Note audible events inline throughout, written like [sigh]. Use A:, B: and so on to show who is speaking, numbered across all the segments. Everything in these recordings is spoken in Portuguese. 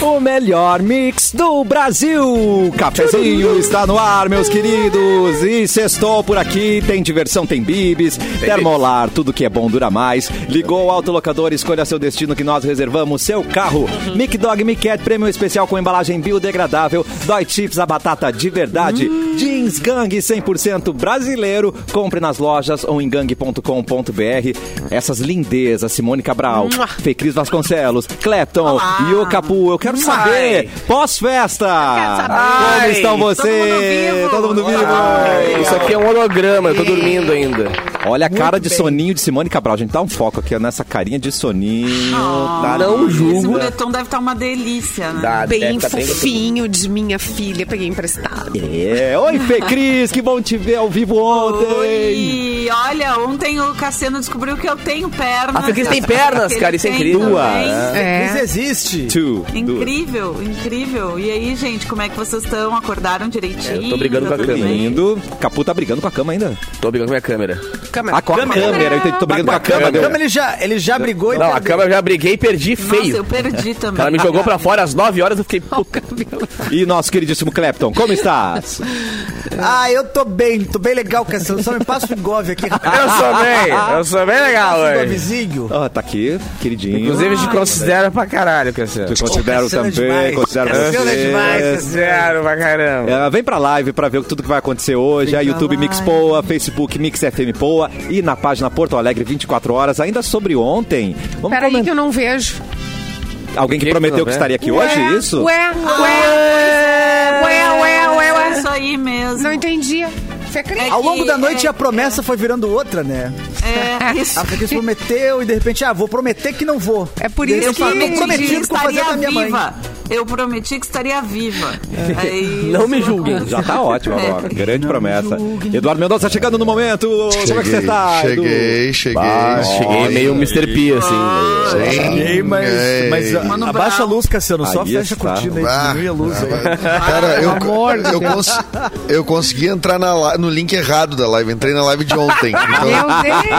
A: o melhor mix do Brasil. Cafezinho está no ar, meus queridos. E sextou por aqui. Tem diversão, tem bibis, termolar, tudo que é bom dura mais. Ligou o autolocador, escolha seu destino que nós reservamos seu carro. Mic Dog Mic Cat, prêmio especial com embalagem biodegradável. Dói Chips, a batata de verdade.
B: Hum.
A: Jeans Gang 100% brasileiro. Compre nas lojas ou em gang.com.br. Essas lindezas, Simone Cabral,
B: Mua. Ah.
A: Fê Cris Vasconcelos, Clapton,
B: Olá.
A: Yo Capu. Eu quero
B: Ai.
A: saber, pós-festa,
B: saber.
A: como
B: Ai,
A: estão
B: todo mundo
A: vocês?
B: vivo.
A: Todo mundo vivo.
B: Ai.
C: Isso aqui é um holograma, eu tô dormindo ainda.
A: Olha a cara de soninho de Simone Cabral. gente dá um foco aqui ó, nessa carinha de soninho.
B: Ah.
A: tá
C: não
A: linda.
C: julgo.
D: Esse moletom deve estar uma delícia, né?
C: Dá,
B: Bem
C: deve tá
B: um fofinho de minha filha, peguei emprestado.
A: É. Oi, Fê Cris, que bom te ver ao vivo ontem.
D: Oi! Olha, ontem o Cassiano descobriu que eu tenho pernas.
C: A Fê Cris tem Ah, pernas,
D: Ele
C: cara, isso é
D: tem
C: incrível. né?
D: também. É
A: Duas.
B: É.
E: Cris existe.
A: Two, duas.
D: Incrível, incrível. E aí, gente, como é que vocês estão? Acordaram direitinho?
C: É, eu tô brigando com a
D: Tá tudo
C: câmera.
D: bem?
A: Lindo. Capu tá brigando com a cama ainda.
C: Tô brigando com a minha câmera.
A: Ah, com a câmera. Eu entendi, tô brigando com a
C: câmera.
A: cama.
E: A
A: deu.
E: cama ele já, ele já brigou e tá
C: Não, a
E: perdeu.
C: câmera eu já briguei e perdi
D: Nossa, eu
C: feio. [laughs]
D: perdi também.
C: Ela me jogou pra fora às 9 horas, eu fiquei puta.
A: E nosso queridíssimo Clapton, como [laughs] estás?
E: Ah, eu tô bem, tô bem legal, Cassiano. Só me passa o engove aqui.
C: [laughs]
E: um
C: Eu sou bem, eu sou bem legal
E: Passa o
C: hoje.
E: engovezinho.
A: Ah, tá aqui, queridinho.
C: Inclusive, eu te considero pra caralho, Cassiano.
A: te considero
E: Cassiano é
A: também,
E: demais.
A: considero
E: Cassiano é demais,
A: você.
E: Cassiano.
C: Considero pra caramba.
A: É, vem pra live pra ver tudo que vai acontecer hoje. a YouTube Mix Poa, Facebook Mix FM Poa e na página Porto Alegre 24 horas. Ainda sobre ontem. Vamos
B: Peraí
A: comentar.
B: que eu não vejo.
A: Alguém que
C: Quem
A: prometeu
C: não
A: que
C: vê?
A: estaria aqui
B: Ué,
A: hoje, isso?
B: É, Ué, ué, ué, ué, ué,
D: [laughs] É
B: ué.
D: isso aí mesmo.
B: Não entendi. Fê Cris.
E: Ao longo da
D: E-
E: noite
D: é-
E: a promessa foi virando outra, né?
D: É isso.
E: A Fê Cris prometeu e de repente, ah, vou prometer que não vou.
B: É por
E: E aí
B: isso
E: eu
B: que-
E: falo,
B: Eu
E: tô prometido que vou fazer da minha mãe.
D: viva. Eu prometi que estaria viva. É isso.
C: [laughs] Não me
D: [laughs]
C: julguem.
A: Já tá ótimo
D: É.
B: [laughs]
A: agora. Grande promessa. Eduardo Mendonça chegando no momento. Como é que você tá? Edu?
F: Cheguei, cheguei.
A: Bah,
C: Ah, Cheguei meio Mr. P, assim. meio-
F: Sim, ei.
D: Mano
E: abaixa a
D: Brown.
E: luz, Cassiano. Só
A: Aí
E: fecha a
A: está.
E: cortina aí,
F: Ah,
E: diminui a luz aí.
F: Cara, eu, eu, cons- eu consegui entrar na li- no link errado da live. Entrei na live de ontem.
B: Meu
F: Então,
B: Deus!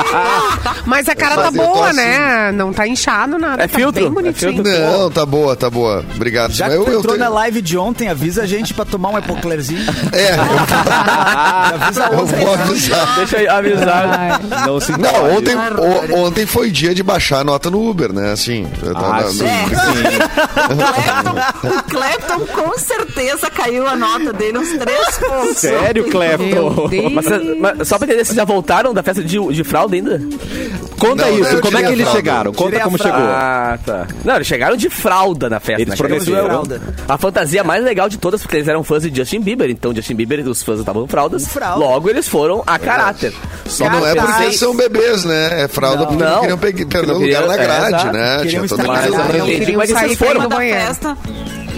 B: Mas a cara
F: Eu
B: tá
F: tô
B: boa,
F: assim.
B: né? Não tá inchado nada.
C: É
B: tá
C: filtro,
B: Bem
C: é
B: bonitinho.
C: filtro.
F: não, tá boa, tá boa. Obrigado.
E: Já que
F: Mas eu,
E: tu
F: eu
E: entrou
F: tenho-
E: na live de ontem, avisa a gente pra tomar um epoclerzinho.
F: É,
E: avisa
F: eu, eu
E: ontem.
F: vou avisar.
C: Deixa eu avisar.
A: Ah, Não se
F: Não,
A: incomoda.
F: ontem, o- ontem foi dia de baixar a nota no Uber, né? Assim. eu tava
A: Ah,
F: na-
A: sim,
D: É.
A: sim.
D: Clapton- o Clapton com certeza caiu a nota dele uns três pontos.
A: Sério,
B: Meu
A: Clepton?
B: Deus.
C: Mas, mas só pra entender, vocês já voltaram da festa de, de fralda ainda?
A: Conta
F: Não,
A: isso.
F: eu
A: Como é
F: tirei
A: que
F: a
A: eles
F: fralda.
A: chegaram? Conta
E: Tirei a
A: como
E: fralda.
A: chegou.
C: Ah, tá. Não, eles chegaram de fralda na festa.
A: Eles
C: né? Chegamos de
A: prometeram.
C: fralda. A fantasia mais legal de todas, porque eles eram fãs de Justin Bieber. Então, Justin Bieber, os fãs estavam fraldas.
E: Um Fralda.
C: Logo, eles foram a caráter. Só
F: [laughs] Não é
C: pensei-
F: porque são bebês, né? É fralda porque
C: Não.
F: não queriam pe-
C: Porque
F: perder
C: não
F: o lugar na
C: queria- é,
F: grade,
C: exato.
F: né?
E: Queriam
F: Tinha toda
E: estar
F: uma
C: Mas eu
E: na
F: questão.
C: não
B: grade.
C: entendi
B: Queriam
C: como é que
B: sair
C: vocês
D: O tema
C: foram.
B: do
D: da
B: banheiro.
D: festa.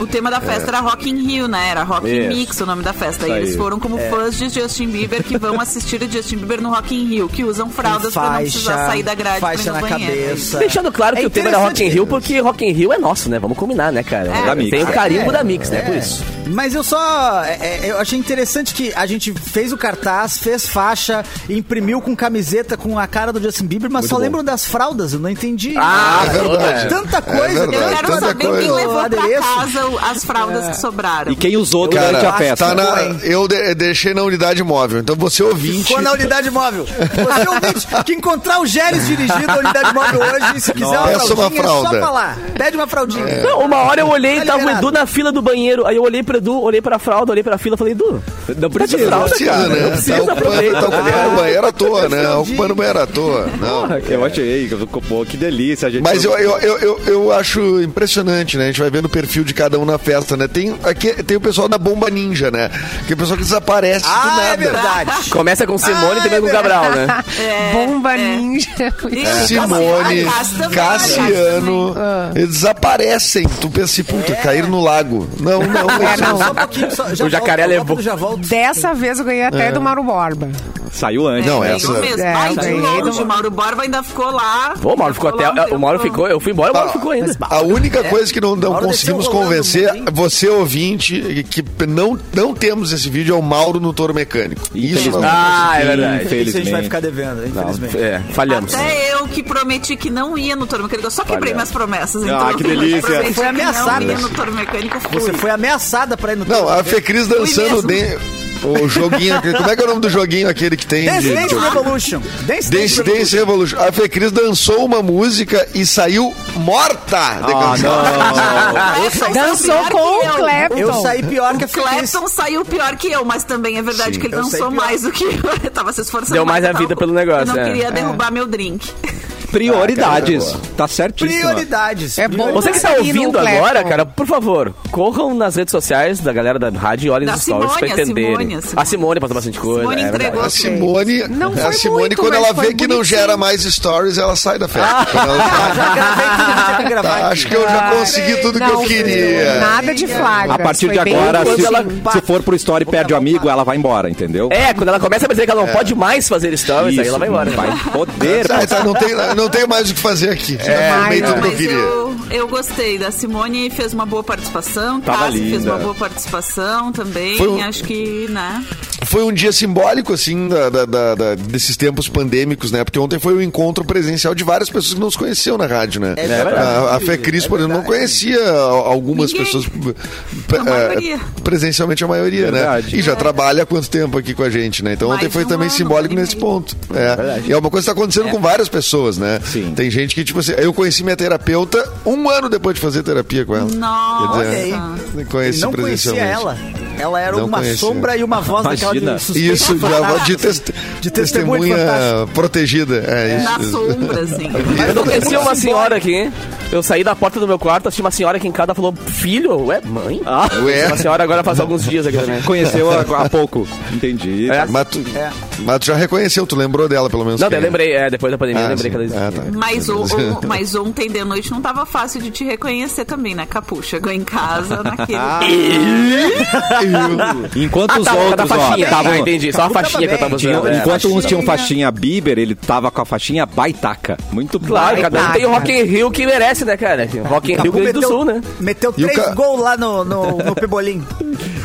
D: O tema da festa era Rock in Rio, né? Era Rock in
A: Isso.
D: Mix o nome da festa. E
A: Isso aí.
D: eles foram como fãs de Justin Bieber que vão assistir o Justin Bieber no Rock in Rio, que usam fraldas pra não precisar sair da grade pra ir
E: faixa
D: no
E: na
D: banheiro.
E: cabeça.
C: Deixando claro que
E: É
C: o tema era Rock in
E: interessante.
C: Rio, porque Rock in Rio é nosso, né? Vamos combinar, né, cara?
D: É.
A: Da Mix.
C: Tem o carimbo
E: É.
C: da Mix, né? Por isso.
E: Mas eu só. é, é, eu achei interessante que a gente fez o cartaz, fez faixa, imprimiu com camiseta com a cara do Justin Bieber, mas só lembram das fraldas, eu não entendi.
C: Ah,
F: É verdade.
E: Tanta
F: É
E: coisa,
D: Eu
F: verdade,
D: quero
F: tanta
D: saber quem
F: coisa.
D: levou pra
E: Adereço.
D: casa o- as fraldas que sobraram.
A: E quem usou
F: Cara,
A: durante a festa?
F: Tá na, eu de- deixei na unidade móvel, então você ouvinte.
E: Ficou na unidade móvel. Você ouvinte que encontrar o Gélis dirigindo a unidade móvel hoje, se quiser uma
F: Peça uma
E: fraldinha, é
F: fralda. É.
E: só falar. Pede uma fraldinha.
C: Não, uma hora eu olhei e
E: Tá
C: tava o
E: liberado.
C: Edu na fila do banheiro. Aí eu olhei pro Edu, olhei pra fralda, olhei pra fila falei, Edu,
A: Não
C: de
A: precisa.
C: fralda.
F: Não precisa,
C: cara,
F: né?
C: não precisa,
F: tá ocupando,
C: aproveita.
F: tá ocupando o
E: Ah,
F: banheiro à toa, né? Ocupando o banheiro à toa. Não.
A: [laughs] Eu achei, pô, que delícia. A gente
F: Mas eu, eu, eu, eu, eu acho impressionante, né? A gente vai vendo o perfil de cada um na festa, né? Tem, aqui, tem o pessoal da Bomba Ninja, né? Que é o pessoal que desaparece do
E: Ah, é
F: nada.
E: verdade.
C: Começa com Simone e
E: Ah,
C: também
E: é
C: com Cabral, né?
D: É,
B: Bomba
D: é.
B: ninja.
D: E-
F: É. Simone,
D: Ah, Cássio também,
F: Cassiano,
E: Ah.
F: eles desaparecem. Tu pensa assim,
E: É.
F: puta, cair no lago. Não, não,
E: [laughs] Ah, Só-
F: não.
E: só um pouquinho, só- já
C: O jacaré
E: volto,
C: levou.
E: volto, Já volto.
B: Dessa vez eu ganhei até do Mauro Borba.
A: Saiu antes.
F: Não,
A: né?
F: essa-
D: Saiu mesmo.
B: É,
D: Ai, de
B: saiu.
D: longe, o Mauro Borba ainda ficou lá.
C: Pô, o Mauro ficou até.
D: lá,
C: O Mauro ficou. Eu fui embora, o Mauro
F: Ah,
C: ficou ainda.
F: A única coisa que não, não
E: Mauro
F: conseguimos
E: É. desceu rolando
F: convencer
E: muito, hein?
F: você, ouvinte, que não, não temos esse vídeo, é o Mauro no touro mecânico. Isso não.
C: Ah, é [laughs] verdade.
E: Isso a gente vai
A: Infelizmente.
E: ficar devendo, infelizmente.
C: É, falhamos.
D: Até eu que prometi que não ia no touro mecânico. Eu só quebrei
C: Olha.
D: minhas promessas. então
A: Ah, que delícia.
D: Prometi
E: Você foi
D: que
E: ameaçada.
D: Não ia no touro mecânico. Fui.
E: Você foi ameaçada pra ir no
F: Não, a
E: torneio.
F: Fecris
D: mesmo.
F: dançando den- o joguinho. aquele- Como é que é o nome do joguinho aquele que tem?
E: Dance
F: de-
E: Dance Revolution. Dance
F: Dance Dance Revolution. A Fecris dançou uma música e saiu morta. de
A: Ah,
F: canção.
A: não.
D: Clepton
B: Dançou
D: saiu pior
B: com
D: que eu.
B: o Clepton.
E: Eu saí pior que a
D: O
E: Feliz.
D: Clepton saiu pior que eu, mas também é verdade que ele
E: eu saí
D: dançou
E: pior.
D: mais do que eu. [laughs] Eu tava se esforçando
C: Deu mais
D: eu
C: a
D: tava-
C: vida pelo negócio,
D: Eu não
C: é.
D: queria
C: É.
D: derrubar meu drink.
A: Prioridades. tá certíssimo.
E: Prioridades.
B: É bom
E: Prioridades.
C: Você que está
B: Saíram
C: ouvindo
B: o Clapton.
C: agora, cara, por favor, corram nas redes sociais da galera da rádio e olhem
D: Da
C: os stories
D: Simone,
C: pra
D: a
C: entenderem.
D: Simone, a Simone.
C: A Simone passou bastante coisa.
D: Simone
C: é verdade.
D: entregou.
F: A Simone,
B: Não
F: a
B: foi
F: Simone
B: muito,
F: quando
B: mas
F: ela
B: foi
F: vê que não
B: bonitinho.
F: gera mais stories, ela sai da festa. Quando ela tá-
E: Já gravei tudo que tinha pra gravar
F: tá,
E: aqui.
F: acho que eu já consegui tudo que eu
B: Não,
F: queria.
B: Nada de flagra.
A: A partir
B: Foi
A: de
B: bem
A: agora,
B: assim.
A: se,
E: ela-
A: se for pro story e perde o amigo, ela vai embora, entendeu?
C: É, quando ela começa a perceber que ela não pode mais fazer stories, aí ela vai embora.
A: Vai né? [laughs] poder.
F: Ah, tá, não, tem, não tem mais o que fazer aqui. Já
B: Ai,
F: formei
B: não.
F: tudo que
D: É,
F: eu
D: Mas
F: queria.
D: eu, eu gostei da Simone, fez uma boa participação.
A: Tava
D: Cassi fez
A: linda.
D: uma boa participação também.
F: Foi um-
D: Acho que, né?
F: Foi um dia simbólico, assim, da- da- da- da- desses tempos pandêmicos, né? Porque ontem foi um encontro presencial de várias pessoas que não se conheciam na rádio, né?
D: É
E: verdade.
F: a, a Fê Cris, por exemplo, não conhecia a- algumas
D: Ninguém.
F: pessoas
D: A
F: p- eh,
D: maioria. É.
F: presencialmente, a maioria,
A: Verdade.
F: né? E já trabalha há quanto tempo aqui com a gente, né? Então
D: Mais
F: ontem foi
D: de um
F: também
D: ano,
F: simbólico
D: um ano e
F: nesse
D: meio.
F: ponto. É. E é uma coisa que está acontecendo com várias pessoas, né?
A: Sim.
F: Tem gente que, tipo assim, eu conheci minha terapeuta um ano depois de fazer terapia com ela.
D: Nossa.
F: Quer dizer,
E: E
F: Conheci
E: não conhecia
F: presencialmente.
E: ela. Ela era
F: Não
E: uma
F: conhecia.
E: sombra e uma voz daquela
A: Imagina.
E: de suspeita
F: Isso, de, avó- de,
E: fantástica.
F: test-
E: De testemunha
F: testemunha protegida. É, isso.
D: Na sombra,
F: [laughs]
D: assim.
C: Eu não conhecia uma senhora aqui. Eu saí da porta do meu quarto, achei uma senhora aqui em casa, ela falou, filho, ué, mãe? Ah,
F: Ué.
C: Uma senhora agora faz alguns dias aqui também.
A: Conheceu há, há pouco. Entendi.
C: É.
F: Mas tu, mas tu já reconheceu, tu lembrou dela, pelo menos.
C: Não,
F: quem
C: daí eu
F: é.
C: lembrei, é, depois da pandemia,
F: Ah,
C: eu lembrei
F: sim.
C: que ela disse.
F: Ah, tá.
D: Mas,
F: [laughs]
D: o, o- mas ontem de noite não tava fácil de te reconhecer também, né, Capu? Chegou em casa naquele.
F: Ah,
A: [laughs] Enquanto
C: Ah,
A: os
C: tá, por causa da
A: outros, ó,
C: faixinha.
A: tavam-
C: Ah, entendi, só a
E: Tava
C: faixinha que eu tava
E: bem.
A: tinha-
C: usando. é.
A: enquanto uns tinham faixinha Bieber, ele tava com a faixinha baitaca. Muito
C: Claro, cada um
B: Baitaca.
C: tem o Rock in Rio que merece, né, cara? Rock in Rio
E: Capu
C: Grande do
E: meteu-
C: Sul, né?
E: Meteu
F: E o
E: três
F: ca-
E: gols lá no, no, no Pebolim.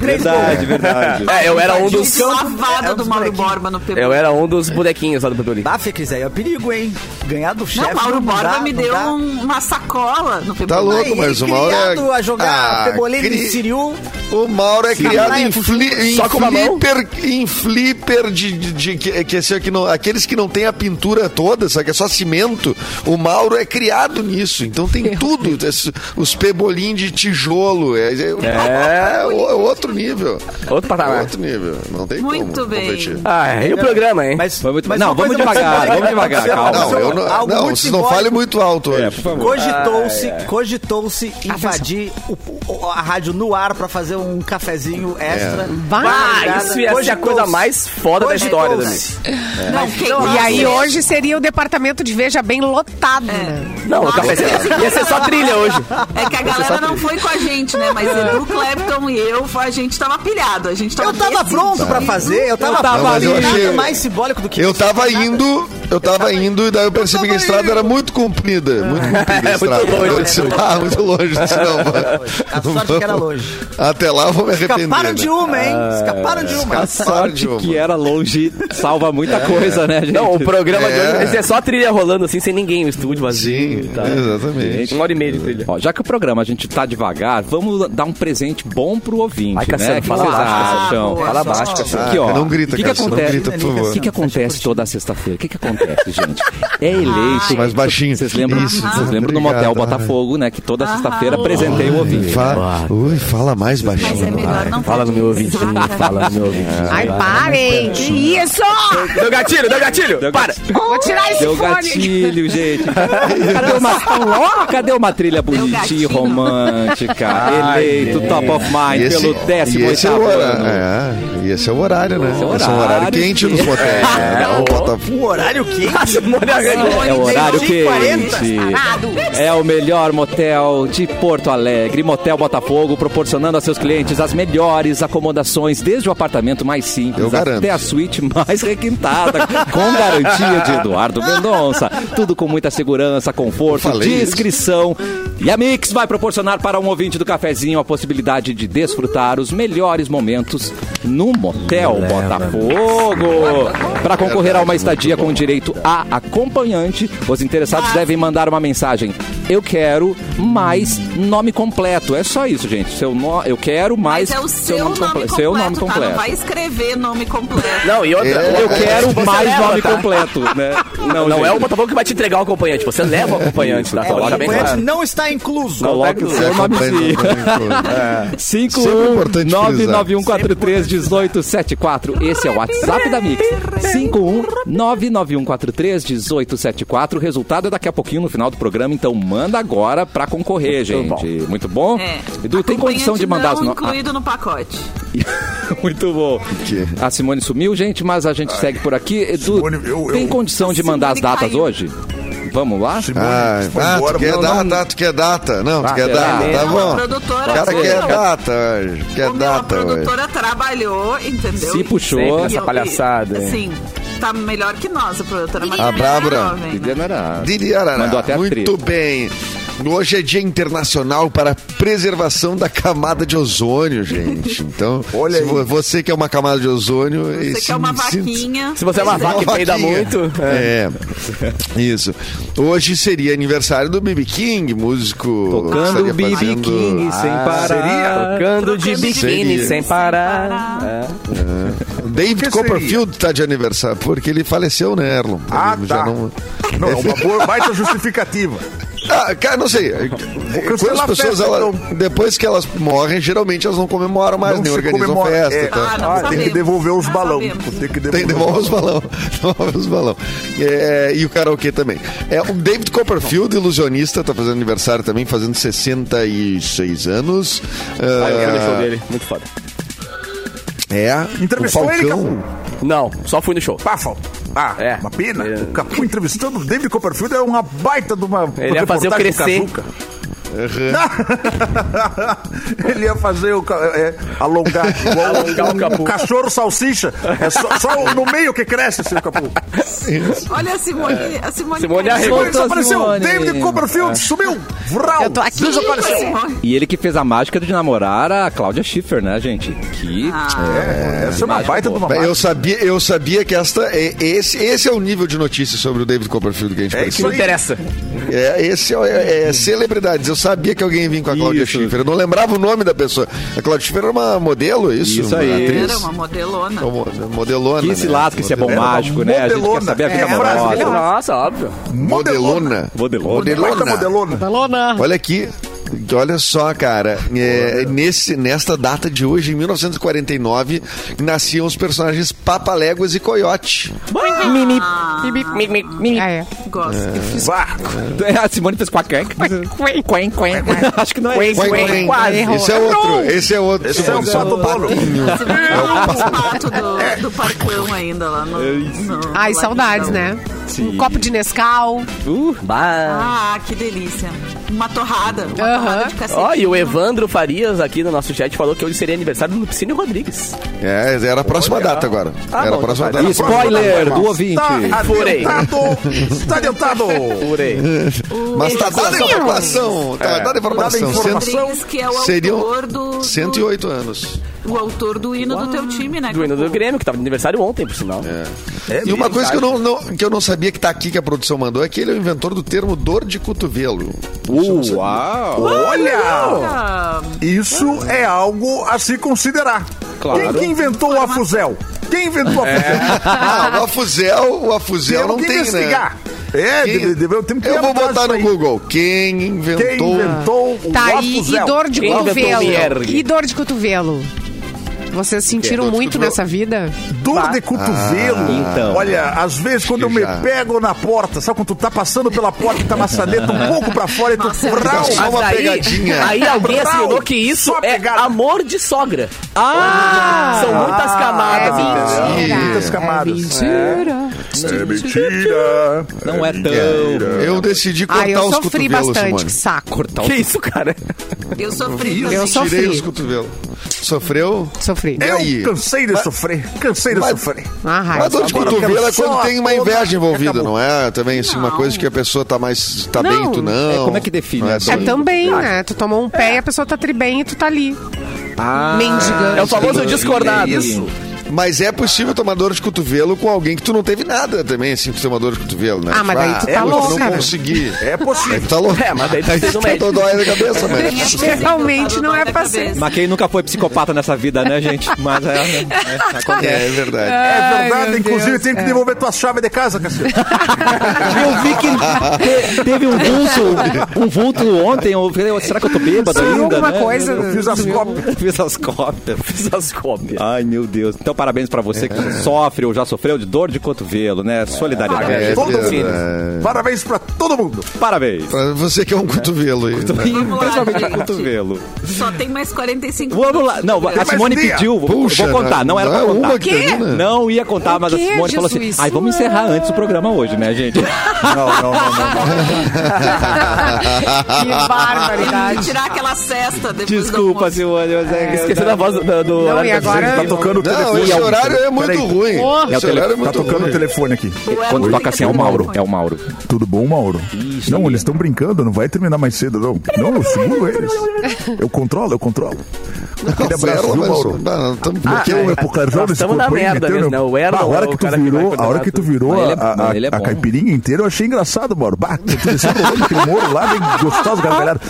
E: Três
A: Verdade,
E: gols.
A: verdade.
C: É, eu era um dos.
D: Gente, lavada
E: É um
D: do
E: dos
D: Mauro
E: molequinhos.
D: Borba no PP.
C: Eu era um dos bonequinhos lá do Pedro Limpo.
E: Ah, Fê, Cris, aí é perigo, hein? Ganhar do chefe.
D: Não,
E: dá,
D: Mauro Borba me
E: não
D: deu
E: dá.
D: um- uma sacola no PP.
F: Tá louco,
E: Aí,
F: mas o Mauro é-
E: criado a jogar
F: Ah,
E: Pebolim
F: cri-
E: e Siriu.
F: O Mauro é criado
E: Caralho,
F: em, fli, em
C: só com uma mão?
F: flipper, em flipper de, de- de- que, que assim, que não- aqueles que não tem a pintura toda, sabe? Que é só cimento. O Mauro é criado nisso. Então tem tudo. esse- os pebolim de tijolo. É, é, é o- é outro nível.
C: Outro patamar.
F: Outro nível. Não tem
D: Muito
F: como
D: bem.
F: competir.
C: Ah, e o programa, hein?
E: Mas,
A: Foi muito-
E: mas
A: não,
E: uma
A: vamos
E: coisa muito
A: devagar,
E: simbólica.
A: vamos devagar,
E: Aconteceu-
A: calma.
F: Não,
E: aconteceu
F: eu não,
E: Ah, algo
F: não
E: muito
F: vocês não
E: simbólico.
F: falem muito Ah, alto hoje.
A: É, por favor.
E: Cogitou-se
F: é.
E: cogitou-se invadir o- o- a rádio no ar pra fazer um cafezinho
F: É.
E: extra.
B: Vai,
C: Ah, isso ia ser a coisa
E: Cogitou-se.
C: mais foda da história, Dani.
D: Não, quem
B: E aí
D: gosta-
B: hoje seria o departamento de Veja Bem lotado, né?
C: Não, o cafezinho ia ser só trilha hoje.
D: É que a galera não foi com a gente, né? Mas Edu Clapton e eu, a gente tava pilhado. A gente tava
E: Eu tava
D: decidido.
E: pronto pra fazer, eu tava,
F: tava
E: pronto.
F: ali.
E: Nada mais simbólico do que
F: Eu
E: isso.
F: tava
E: Nada.
F: indo, eu tava indo, e daí eu percebi que a estrada era muito comprida.
E: Ah.
A: [laughs]
F: Muito
A: É,
F: comprida a estrada.
C: longe.
A: né?
F: Eu disse, ah, muito longe disso, não.
E: A sorte que
F: [laughs]
E: era longe.
F: Até lá eu vou me arrepender.
E: Escaparam de
F: né? Ah,
E: uma, hein? Escaparam de uma.
A: A sorte
F: Dilma.
A: que é. era longe salva muita coisa, né, gente?
C: É. Não, o programa de
F: É.
C: hoje ia ser só trilha rolando assim, sem ninguém, o estúdio vazio.
F: Sim,
C: tá?
F: exatamente.
C: Uma hora e meia de trilha.
A: Ó, já que o programa a gente tá devagar, vamos dar um presente bom pro ouvinte,
C: Vai,
A: né?
C: Cassiano,
A: O que
C: fala
A: vocês
C: baixo,
A: acham?
D: Cassiano.
A: Fala baixo, Cassiano.
F: Ah,
A: Aqui, ó.
F: não grita,
A: o que que
F: Cassiano, não
A: acontece?
F: grita, por
A: O que
F: favor.
A: que acontece toda sexta-feira? O que que acontece, [laughs] gente? É eleito.
F: Ah, mais baixinho.
A: Vocês lembram?
F: Isso,
A: Vocês lembram do Motel
F: obrigado.
A: Botafogo, né? Que toda sexta-feira apresentei o ouvinte.
F: Fa- Ui, fala mais
D: Mas é
F: baixinho.
D: melhor não
C: Fala no
D: fazer
C: meu
D: isso,
C: ouvidinho,
D: [laughs] cara.
C: fala no meu ouvidinho.
B: Ai, parem! Que isso!
C: Deu gatilho, deu gatilho!
A: Deu
C: Para!
B: Vou tirar esse
A: Deu
B: fone!
A: gatilho, gente. Cadê uma, cadê uma trilha bonitinha,
D: gatilho.
A: romântica? eleito top of mind
F: E esse,
A: pelo
F: e
A: 18
F: esse é o horário.
A: ano.
F: É, e esse é o horário, né?
A: é o
F: Esse é um
A: horário, [laughs]
F: horário quente nos motéis. né?
C: É,
F: O Botafogo-
E: Um horário quente? [laughs]
C: A Simone arranhou.
A: É o horário
E: Tem 40.
A: quente. É o melhor motel de Porto Alegre, Motel Botafogo, proporcionando a seus clientes as melhores acomodações, desde o apartamento mais
F: Eu
A: simples
F: garanto.
A: até a suíte mais requintada, com garantia de Eduardo Mendonça. Tudo com muita segurança, conforto,
F: Eu falei isso.
A: discrição. E a Mix vai proporcionar para um ouvinte do cafezinho a possibilidade de desfrutar os melhores momentos no Motel Botafogo. Para concorrer a uma estadia com direito a acompanhante, os interessados devem mandar uma mensagem. Eu quero mais nome completo. É só isso, gente. Seu no... Eu quero mais
D: Mas é o seu, nome, completo,
A: Seu nome
D: tá? Não
A: completo.
D: vai escrever nome completo.
C: Não, e outra.
F: É,
A: Eu quero
C: Você
A: mais
C: leva,
A: nome
C: tá?
A: completo, né?
C: Não, não
A: gente.
C: é o Botafogo que vai te entregar o acompanhante. Você leva o acompanhante, tá?
E: É, o
C: Coloca bem
E: acompanhante
C: claro.
E: não está incluso.
A: Coloque o
C: Zé
A: seu nomezinho. um,
F: Sempre importante frisar.
A: 51991431874. Esse é o WhatsApp da Mix. 51991431874. O resultado é daqui a pouquinho no final do programa, então manda agora pra concorrer, gente. Muito bom?
D: É.
A: Edu, tem condição de mandar
D: Acompanhante
A: os
D: não
A: nomes.
D: incluído no pacote.
A: [laughs] Muito bom.
F: quê?
A: A Simone sumiu, gente, mas a gente segue por aqui. Edu,
G: Simone, eu- eu-
A: tem condição de mandar as
D: Simone
A: datas
D: caiu.
A: hoje? Vamos lá?
F: Ah,
G: Foi
F: ah,
G: embora,
F: tu quer
G: não,
F: data,
G: não.
F: tu quer data. Não, tu
A: Ah,
F: quer
A: será?
F: data, tá
A: Não,
F: bom.
D: a produtora-
F: o cara
D: Sim.
F: quer data hoje, quer
D: Como a
F: data hoje.
D: produtora trabalhou, entendeu?
A: Se puxou.
D: E
A: Sempre
C: nessa
D: eu- e-
C: palhaçada, hein?
D: Sim, tá melhor que nós, a produtora. mas
F: A
D: também
F: Bárbara.
D: é jovem, né?
A: Didiarará.
F: Diriarará.
A: Mandou até a
F: Muito
A: trilha.
F: bem. Hoje é Dia Internacional para a Preservação da Camada de Ozônio, gente. Então,
G: Olha
F: se
G: aí.
F: vo- você que é uma camada de ozônio...
D: Você
F: esse-
D: quer uma
F: se-
D: vaquinha.
C: Se você é uma
D: pois
C: vaca e peida
F: vaquinha.
C: muito.
F: É. [laughs] Isso. Hoje seria aniversário do B.B. King, músico... que
A: Tocando
F: estaria
A: o BB
F: fazendo-
A: King sem parar.
C: Tocando de
D: Trocando
F: de
C: biquíni
F: biquíni.
C: sem parar.
F: David
G: Por que seria?
F: Copperfield está de aniversário, porque ele faleceu, né, Erlon?
G: Ah,
F: Ele
G: tá.
F: não...
G: Não, é uma boa,
F: [laughs]
G: baita justificativa.
F: Ah, cara, não sei. Quando as
G: cancelar a
F: pessoas,
G: festa,
F: elas-
G: então.
F: depois que elas morrem, geralmente elas não comemoram mais,
G: Não
F: nem
G: se
F: organizam
G: comemora,
F: festa.
G: é.
F: tá?
D: Ah, não
G: Ah, tem que
D: sabemos.
G: devolver os
D: Não
G: balão.
D: sabemos.
G: Tem que devolver,
F: Tem que devolver os balão. [laughs] Devolve os balão. É, e o karaokê também. É, o David Copperfield, ilusionista, tá fazendo aniversário também, fazendo 66 anos.
C: Ah, eu quero ver o show
F: Ah,
C: dele. Muito foda.
F: é.
G: Entrevistou
F: o
G: ele,
F: Falcão.
G: Capu.
C: Não, só fui no show.
G: Pá, falta. Ah,
C: É.
G: uma pena.
C: É.
G: O Capu entrevistando o David Copperfield é uma baita de uma.
C: Ele ia fazer eu
G: reportagem do
C: crescer.
G: Cazuca. [laughs] Ele ia fazer o. ca- É, alongar.
C: [laughs]
G: Igual um
C: Alongar o Capu.
G: Cachorro salsicha. É só, só no meio que cresce, seu Capu.
D: Olha a Simone. A Simone,
C: É. Simone
D: caiu.
C: arregou.
G: Ele
A: Voltou,
G: desapareceu.
A: Simone.
G: David Copperfield
C: É.
G: sumiu. Vral.
B: Eu tô aqui.
D: A
G: Desapareceu.
D: Simone.
A: E ele que fez a mágica de namorar a Cláudia Schiffer, né, gente? Que
G: É, essa é uma
A: Imagem
G: baita de
A: boa.
G: uma.
F: Bem, Eu sabia, eu sabia que esta, é- esse, esse é o nível de notícias sobre o David Copperfield que a gente
G: É
F: precisa.
G: isso
C: Não
G: aí.
C: interessa.
F: É, esse é, é- é celebridades. Eu sabia que alguém vinha com a Claudia
A: Isso.
F: Schiffer. Eu não lembrava o nome da pessoa. A Claudia Schiffer era uma modelo, é isso?
A: Isso
F: Uma
A: aí.
F: atriz?
D: Era é uma modelona.
F: Uma modelona.
A: Que se
F: né?
A: lasca, esse é bom
F: Modelo-
A: mágico, né? A gente quer
G: modelona.
A: saber a vida
G: É,
A: amorosa.
G: frase dela.
C: Nossa, óbvio.
F: Modelona.
A: Modelona.
G: Baita
F: Modelona.
G: modelona.
F: Olha aqui. Olha só, cara. É, nesse, nesta data de hoje, em 1949, nasciam os personagens Papaléguas e Coyote.
C: Mimi. Mimi. Mimi. Mimi.
B: Ah, é.
D: Gosto.
A: É, A Simone fez quaquenque. Quen, quen. Acho que não é. isso.
F: Quém,
B: Quase,
F: quém.
B: quase.
F: Esse é outro. Esse é outro.
G: Esse é um
F: Simone.
G: pato bolo.
D: Você vai ganhar um pato do, do parcão ainda lá
C: É
D: no. no-
B: Ai,
D: lá
B: saudades,
D: em São-
B: né? Um copo de Nescau.
A: Uh,
C: Bah.
D: Ah, que delícia. Uma torrada. Uma
B: Aham.
D: torrada de cacete.
C: Ó, e o Evandro Farias aqui no nosso chat falou que hoje seria aniversário do Lupicínio Rodrigues.
F: É, era a próxima data agora.
C: Ah,
F: Era a
C: bom,
F: próxima
C: então
A: e
F: data.
A: spoiler do ouvinte.
G: Tá
C: Furei.
G: adiantado. Está adiantado.
C: Purei.
F: Mas tá dada a informação. Tá dada a
G: É. Dada
F: informação.
G: a informação.
D: Rodrigues, que é o
F: Seriam
D: autor do, do-
F: 108 anos.
D: O autor do hino do teu time, né?
C: Do hino do Grêmio, que tava de aniversário ontem, por sinal.
F: [laughs]
G: É
F: e uma coisa que eu não, não- que eu não sabia que tá aqui, que a produção mandou, é que ele é o inventor do termo dor de
G: [laughs]
F: cotovelo.
A: Uau.
G: Olha!
D: Ah,
G: Isso é algo a se considerar.
A: Claro.
G: Quem que inventou a fuzel? Quem inventou a fuzel?
F: Ah, o afuzel, o afuzel
G: Temos
F: É, não
G: que
F: tem, né?
G: investigar. É,
F: Quem-
G: de- de- de- temos que ir
F: Eu vou
G: atrás
F: botar
G: disso
F: no
G: aí.
F: Google. Quem inventou...
G: Quem inventou o
B: Tá, e,
G: afuzel?
B: e dor de
C: Quem inventou
B: cotovelo.
C: Mierg?
B: E dor de cotovelo. Vocês sentiram
F: Dor de
B: muito
F: cotovelo.
B: nessa vida?
G: Dor de cotovelo.
F: Ah,
A: então.
G: Olha, às vezes quando eu me
F: já.
G: pego na porta, sabe quando tu tá passando pela porta e tá a maçaneta um pouco pra fora e tu...
D: Nossa,
G: Vrau!
F: Só
C: Então, Mas
F: uma
C: aí-
F: pegadinha.
C: [laughs] Aí alguém
G: Brau.
C: assinou que isso
G: Só
C: é
G: pegada.
C: amor de sogra. Ah! tá São muitas
B: É
C: camadas. entendeu?
B: mentira.
G: Muitas
B: É
G: camadas.
B: mentira.
G: É mentira.
A: Não é tão.
F: Eu decidi cortar
B: Ah, eu
F: os
B: sofri
F: cotovelos,
B: bastante,
F: Simone.
B: que saco.
C: que
A: é
C: isso, cara?
D: Eu
B: Eu
D: sofri. também.
B: sou-
F: Tirei
B: sofri.
F: os cotovelos. Sofreu?
B: Sofri.
F: É.
G: Eu
F: aí?
G: cansei de sofrer. Cansei de
F: Mas-
G: sofrer.
B: Uma
F: A
B: raiva.
F: dor de
G: Agora
F: cotovelo é
G: acabou.
F: quando
G: Só
F: tem uma
G: acabou.
F: inveja envolvida,
G: Acabou.
F: não é? Também, assim, uma coisa que a pessoa tá mais... Tá bem,
B: Não.
F: tu não.
A: É, como é que define?
F: Não
B: É
F: dor.
B: também, né? Tu tomou um pé e a pessoa tá tribem e tu tá ali.
A: Ah,
B: Mendigando.
C: É o famoso
F: Sim.
C: discordado. [laughs]
A: Isso.
F: Mas é possível tomar dor de cotovelo com alguém que tu não teve nada também, assim, tu tem uma dor de cotovelo, né?
B: Ah, mas daí tu tá
F: eu
B: louca,
F: não
B: né?
F: consegui.
G: É possível.
F: Tu tá louco.
C: É, mas daí tu fez um
F: tá
C: médico.
F: dói na cabeça,
D: Quem é
F: mas...
D: possível,
B: Realmente
D: tá do
B: não
D: dói
B: é
D: da
B: pra ser.
D: cabeça.
A: Mas quem nunca foi psicopata nessa vida, né, gente? Mas é, né? É, acontece.
F: É, é verdade.
G: É
B: Ai,
G: verdade,
B: meu
G: inclusive
B: Deus. É.
G: tem que devolver tua chave de casa,
B: [laughs]
G: Cacete.
A: Eu vi que te- teve um vulto, um vulto ontem. Eu falei, será que eu tô bêbado
B: Sumiu
A: ainda?
B: alguma
A: né?
B: coisa.
A: Eu
G: Fiz as cópias.
A: Fiz as cópias.
C: Fiz as cópias.
A: Ai, meu Deus. Então, parabéns pra você que sofre ou já sofreu de dor de cotovelo, né? Solidariedade.
F: É
G: Todo mundo.
F: verdade.
G: Parabéns pra todo mundo.
A: Parabéns.
F: Pra você que é um cotovelo aí. né?
D: lá,
A: Principalmente
D: gente.
A: cotovelo.
D: Só tem mais 45
A: Vamos lá. Não, a
G: mais
A: Simone
G: um dia.
A: pediu. vou-
F: Puxa,
A: vou contar. Não era pra
F: é
A: contar.
F: uma que termina?
A: Não ia contar, mas a
B: quê,
A: Simone falou assim:
B: Jesus?
A: ai, vamos encerrar antes o programa hoje, né, gente?
G: Não, não, não. não.
B: Que
D: Tem que
B: barbaridade.
D: tirar aquela cesta
A: [laughs]
D: depois
A: Desculpa,
D: do almoço.
A: Simone, mas é.
C: Esquecendo a voz do. do- do
B: [laughs] Não, e
C: da-
B: agora-
G: Tá tocando o
F: Não,
G: telefone.
F: esse horário é muito
G: Peraí.
F: ruim.
B: Porra.
A: É o
F: Esse horário
A: telefone.
F: é
G: Tá
F: muito
G: tocando o
F: ruim.
G: telefone aqui.
D: O Elton
A: Quando
D: tem
A: toca
D: que
A: assim, é o
D: atender
A: Mauro.
D: telefone.
A: É o Mauro.
G: Tudo bom, Mauro? não, eles estão brincando, não vai terminar mais cedo, não. Não, eu seguro eles. Eu controlo, eu controlo. Aquele abraço,
F: Zero,
G: viu,
F: mas-
G: Mauro? Ah, é.
F: Não, não, tamo-
G: Porque o Epocarjão
C: Ah, é. nós
G: nesse
C: tamo na merda mesmo, né? O Erlon
G: a
C: é
G: hora
C: o
G: que tu
C: cara que vai
G: virou, a hora
C: coordenar
G: que tu
C: tudo.
G: virou
A: Mas ele é-
G: a, a-
A: mas ele é
G: a
A: bom.
G: caipirinha inteira, eu achei engraçado, Mauro. Bah, tu começou rolando aquele humor lá, bem gostoso, gargalhado.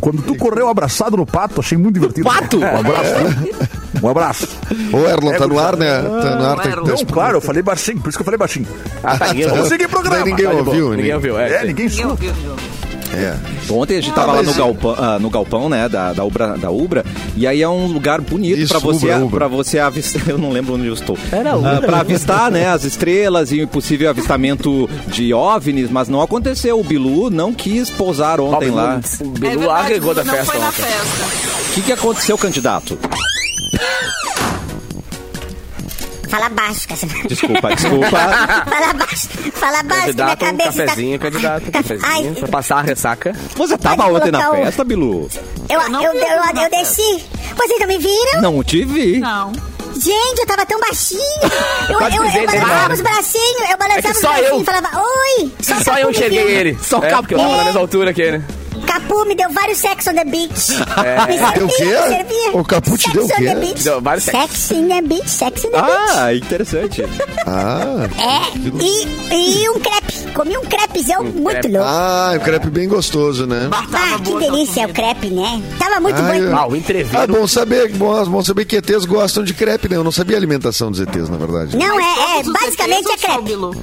G: Quando tu correu abraçado no pato, achei muito divertido.
A: pato?
G: Um abraço. viu? Um abraço.
F: Ô, Erlon, tá no ar, né? Tá no ar, tem que
D: Erlon.
F: ter
G: Então,
F: os-
G: claro, eu falei baixinho, por isso que eu falei baixinho.
C: Ah, tá, ninguém
F: Daí
C: ouviu.
G: Consegui programa.
F: Ninguém
G: Tá de boa.
F: ouviu,
C: Ninguém
F: né?
C: ouviu,
G: É,
C: é.
G: ninguém
D: Ninguém
G: escuta.
D: ouviu, viu?
F: É.
A: Então, ontem a gente tava
F: Ah,
A: lá no
F: mas-
A: galpão, ah, no galpão, né, da, da, Ubra, da Ubra, e aí é um lugar bonito
F: Isso,
A: pra você,
F: Ubra, Ubra.
A: para você avistar, [laughs] eu não lembro onde eu estou.
C: Era
A: Ah,
C: Ubra,
A: pra avistar, né, as estrelas e o possível avistamento de OVNIs, mas não aconteceu, o Bilu não quis pousar ontem lá.
C: O
D: É
C: Bilu
D: verdade,
C: agregou da
D: não
C: festa.
D: foi na
C: ontem.
D: festa.
A: O que que aconteceu, candidato?
H: Fala
C: [laughs]
H: baixo, Cassiano.
A: Desculpa, desculpa.
H: Fala baixo. Fala baixo, que minha
C: Candidato, um
H: cabeça tá...
C: cafezinho, candidato, um cafezinho. Pra passar a ressaca.
A: Você tava
H: Pode
A: ontem na
H: colocar o-
A: festa, Bilu?
H: Eu,
D: não
H: eu, eu,
D: vi
H: eu,
D: nada.
H: desci. Vocês não me viram?
A: Não te vi.
D: Não.
H: Gente, eu tava
C: [laughs]
H: tão baixinho. Eu,
C: Tá
H: eu, eu
C: dizendo,
H: balançava
C: cara.
H: os bracinhos. Eu balançava
C: É que
H: os
C: só
H: bracinhos
C: eu-
H: e falava, oi.
C: Só,
H: Capu
C: eu
H: me
C: enxerguei
H: viu.
C: ele. Só é,
H: Capu.
C: porque eu tava na mesma altura que ele.
H: Capu me deu vários sex on
C: [laughs]
H: the beach. Me
F: É. Deu o
H: servia, me
F: quê?
H: servia.
F: O Capu te
H: sex
F: deu o
H: on
F: quê?
H: the beach.
C: Deu vários sex.
H: Sex in the beach, sex in the beach.
A: Ah, interessante.
F: Ah,
H: É, e, e um crepe. Comi um crepezão muito
C: crepe.
H: louco.
F: ah, o crepe bem gostoso, né?
D: Bah, tava
H: Ah, que
D: boa,
H: delícia o
D: tava
H: crepe, né? Tava muito
F: Ah,
H: bom.
F: eu-
C: Ah, o entreveiro.
F: Ah, bom saber, bom, bom saber que ETs gostam de crepe, né? Eu não sabia a alimentação dos ETs, na verdade.
H: Não, é, é
D: Todos os
H: basicamente
D: ETs
H: é
D: ou só o
H: crepe.
D: Bilu?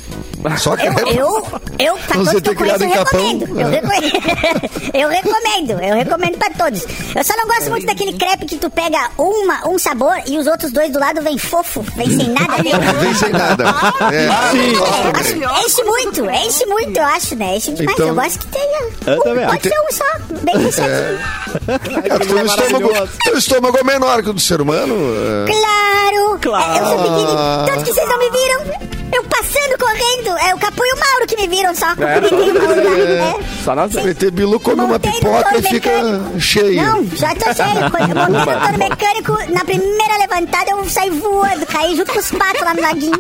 F: Só
H: Eu,
F: crepe.
H: eu, eu,
F: [laughs]
H: pra
F: Você
H: todos que
F: ter
H: eu conheço, eu
F: criado em Capão.
H: recomendo. Eu, reco- [laughs] eu recomendo, eu recomendo pra todos. Eu só não gosto muito daquele crepe que tu pega uma, um sabor e os outros dois do lado vem fofo, vem sem
F: [laughs]
H: nada nenhum.
F: Vem sem nada. É, eu gosto
H: É,
F: também.
H: acho- enche muito, enche muito, eu acho, né? Enche demais.
F: Então-
H: eu gosto que tenha.
A: Eu
H: um,
A: também acho.
H: pode ser um só, bem
F: É,
H: fechadinho.
F: Ah, teu, estômago, teu estômago é menor que o do ser humano? é.
H: Claro! É,
A: Claro.
H: Eu sou pequenininho, tanto que vocês não me viram. Eu passando, correndo. É o Capu e o Mauro que me viram só. É.
C: Só nós.
F: O ET Bilu come uma
H: Montei no
F: pipoca e
H: touro
F: fica
H: mecânico.
F: cheio.
H: Não, já tô cheio. Quando Eu montei no touro mecânico, na primeira levantada eu saí voando, caí junto com os patos lá no laguinho.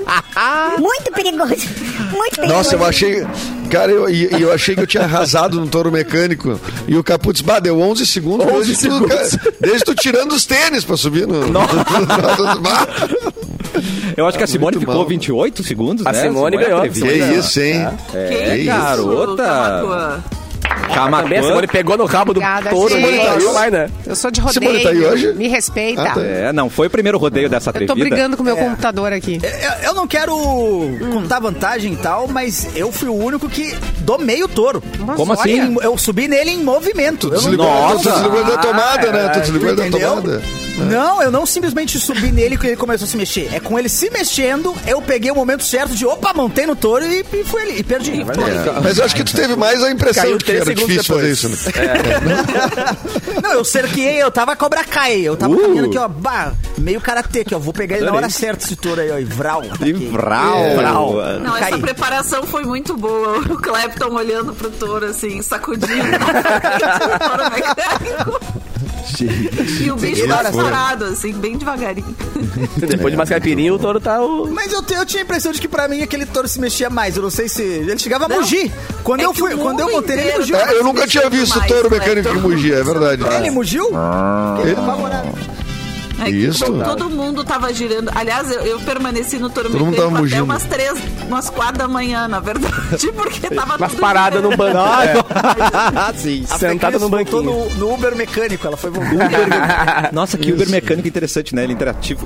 H: Muito perigoso. Muito perigoso.
F: Nossa, eu achei. Cara, eu, e- e eu achei que eu tinha arrasado no touro mecânico. E o Caputz, bah, deu 11 segundos.
C: 11
F: desde, Tu,
C: segundos.
F: cara, desde tu tirando os tênis pra subir no. [laughs] Bah,
A: Eu acho que a Simone
F: Ah, muito
A: ficou
F: mal.
A: 28 segundos,
C: A
A: né?
C: Simone ganhou.
A: é
F: que
A: trevida.
F: isso, hein?
D: Que
A: garota.
D: Camacuã?
A: Camacuã.
C: Também a Simone pegou no rabo do
B: Obrigada,
C: touro.
B: gente.
C: Simone tá lá, né?
B: Eu sou de
F: Simone tá aí hoje?
B: rodeio. Me respeita.
F: Ah, tá. É.
A: É, não, foi o primeiro rodeio dessa
B: Eu
A: atrevida.
B: tô brigando com o meu computador aqui.
E: Eu, eu não quero contar vantagem e tal, mas eu fui o único que domei o touro.
A: Como
B: Mas
A: assim?
B: olha,
E: Eu subi nele em movimento. Eu não-
F: Desligou,
A: Nossa.
F: tu desligou da tomada, né? Tu desligou da
E: Entendeu?
F: tomada.
E: Não, eu não simplesmente subi nele que ele começou a se mexer. É com ele se mexendo, eu peguei o momento certo de opa, montei no touro e, e fui ali. E perdi.
F: É, Mas eu acho que tu teve mais a impressão
C: Caiu
F: de que
C: três
F: era
C: segundos
F: difícil fazer
C: depois.
F: isso. Né?
E: Não, eu cerquei, eu tava cobra cai. Eu tava caminhando aqui, ó, bah, meio karatê aqui, ó. Vou pegar ele na hora certa esse touro aí, ó. E vral.
A: E
E: ataquei.
A: vral.
D: [laughs]
E: Vral.
D: Não, essa
E: Caí.
D: preparação foi muito boa. O Clapton olhando pro touro, assim, sacudindo. O touro mecânico. [laughs] e o bicho
F: ele
D: tá
F: foi.
D: parado, assim, bem devagarinho.
C: Depois de mais caipirinha, o touro tá o.
E: Mas eu, te- eu tinha a impressão de que pra mim aquele touro se mexia mais. Eu não sei se. Ele chegava a
D: Não.
E: mugir. Quando
D: É
E: eu
D: que
E: fui,
D: o
E: quando eu
D: mundo
E: botei ele
D: inteiro
E: mugiu.
F: É, eu nunca tinha
D: Demais,
F: visto touro
D: né?
F: mecânico que
D: Todo
F: mugia, é verdade.
E: Ele mugiu? Fiquei apavorado.
D: É que
F: Isso.
D: Todo mundo tava girando. Aliás, eu, eu permaneci no touro
F: Todo mundo
D: mecânico
F: tava
D: até
F: mugindo.
D: umas três, umas quatro da manhã, na verdade, [laughs] porque tava
C: Mas
D: tudo
C: parada
D: girando.
C: no banco. É.
A: Sim.
E: A
C: Sentada
E: Fecris
C: no
E: voltou
C: banquinho.
E: No, no Uber mecânico, ela foi voltar.
A: Nossa, que Uber mecânico interessante, né? Ele é interativo.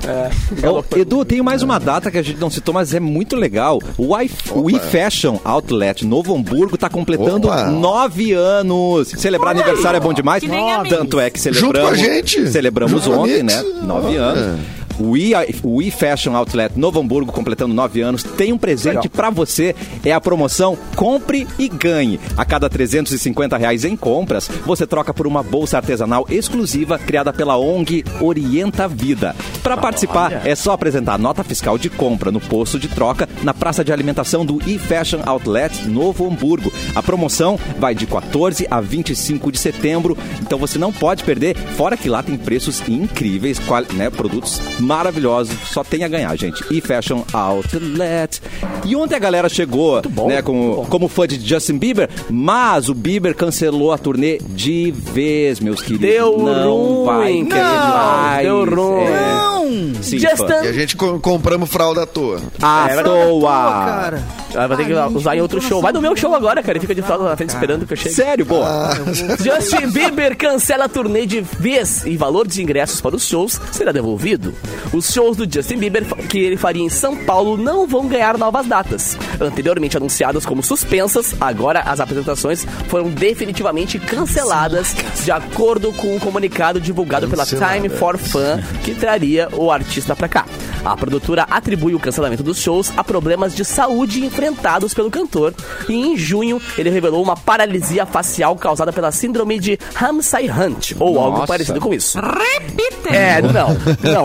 A: Ó, Edu, tem mais uma data que a gente não citou, mas é muito legal. O I- o iFashion Outlet Novo Hamburgo tá completando
F: Opa.
A: nove anos. Celebrar aniversário é bom demais.
D: Que nem a mim.
A: Tanto é que
F: Junto com a
A: celebramos.
F: gente.
A: Celebramos
F: Junto com a
A: ontem,
F: Mix.
A: né? Nove
F: Ah.
A: anos. O i- o iFashion Outlet Novo Hamburgo, completando nove anos, tem um presente pra você. É a promoção Compre e Ganhe. A cada 350 reais em compras, você troca por uma bolsa artesanal exclusiva criada pela ONG Orienta Vida. Pra participar, é só apresentar nota fiscal de compra no posto de troca na praça de alimentação do iFashion Outlet Novo Hamburgo. A promoção vai de 14 a 25 de setembro, então você não pode perder. Fora que lá tem preços incríveis, qual- né, produtos maravilhosos, só tem a ganhar, gente. E Fashion Outlet. E ontem a galera chegou, né, como, como fã de Justin Bieber, mas o Bieber cancelou a turnê de vez, meus queridos.
C: Deu
A: não
C: ruim,
A: vai
C: não,
A: querer mais.
C: deu ruim.
A: Não! Sim,
C: Justin-
F: E a gente com- compramos fralda à toa.
A: À
C: É verdade.
A: toa.
E: Cara.
C: Ah, vai ter que usar em outro show. Vai no meu show agora, cara. e Fica de fralda na frente esperando que Ah, eu chegue.
A: Sério, boa.
C: [laughs] Justin Bieber cancela a turnê de vez e valor de ingressos para os shows será devolvido. Os shows do Justin Bieber fa- que ele faria em São Paulo não vão ganhar novas datas. Anteriormente anunciadas como suspensas, agora as apresentações foram definitivamente canceladas de acordo com o comunicado divulgado pela Time for Fan que traria o artista para cá. A produtora atribui o cancelamento dos shows a problemas de saúde enfrentados pelo cantor e em junho ele revelou uma paralisia facial causada pela síndrome de Ramsay Hunt ou algo
A: Nossa.
C: parecido com isso.
D: Repita!
C: É, não, não,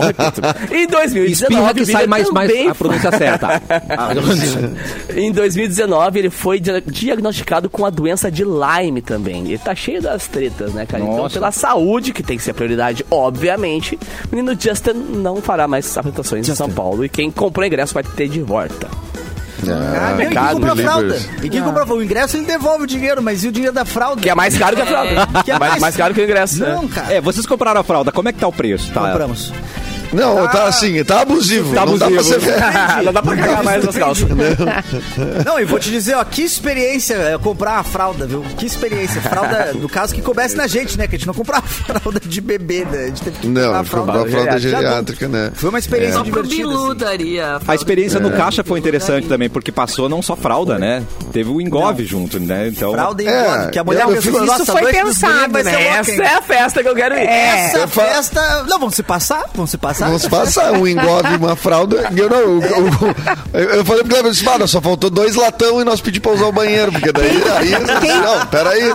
A: [laughs]
C: repito. Em 2019
A: Espirra que sai
C: Bieber
A: mais, mais
C: também
A: a pronúncia certa. [laughs]
C: [laughs] em 2019, ele foi dia- diagnosticado com a doença de Lyme também. Ele tá cheio das tretas, né, cara? Então,
A: Nossa.
C: pela saúde, que tem que ser a prioridade, obviamente, o menino Justin não fará mais apresentações em São Paulo. E quem comprou ingresso vai ter de volta.
E: Ah, e quem
F: pecado,
E: comprou a
F: né,
E: fralda?
F: Libras?
E: E quem comprou o ingresso, ele devolve o dinheiro, mas e o dinheiro da fralda?
C: Que é mais caro que a fralda.
A: [laughs]
E: Que é
C: mais, mais caro que o ingresso. né?
E: Não, cara.
A: É, vocês compraram a fralda, como é que tá o preço? Tá,
E: Compramos.
F: Não, tá assim, tá abusivo.
C: Tá
F: não dá pra
C: abusivo.
F: ser
A: [laughs]
C: Ah, Não dá pra cagar mais nas calças.
E: Não, e vou te dizer, ó, que experiência é, comprar uma fralda, viu? Que experiência. Fralda, no caso, que coubesse na gente, né? Que a gente não comprava [laughs] fralda de bebê, né? A gente teve que
F: Não,
E: comprar
F: a fralda, é fralda
E: de adulto.
F: geriátrica, né?
E: Foi uma experiência
D: Só pro
E: divertida.
D: Bilu
E: assim.
D: daria.
A: A experiência no caixa foi interessante
D: Daria.
A: também, porque passou não só fralda, né? Teve o engove junto, né? Então,
E: Fralda e
F: É,
E: engorda, que a mulher
F: eu- eu
E: pensou,
F: fico-
E: "Nossa,
B: Isso
E: a
B: foi
E: noite dos
B: pensado,
E: guri vai ser
B: né?
E: louca, hein?"
C: Essa é a festa que eu quero ir.
E: Essa
F: Eu falo-
E: festa... Não, vão se passar, vão se passar.
F: É, Vamos passar um engove, uma fralda. Eu, não, eu, eu, eu falei pro Cleber, eu disse, "Mano, só faltou dois latão e nós pedimos pra usar o banheiro, porque daí. aí, Não, peraí.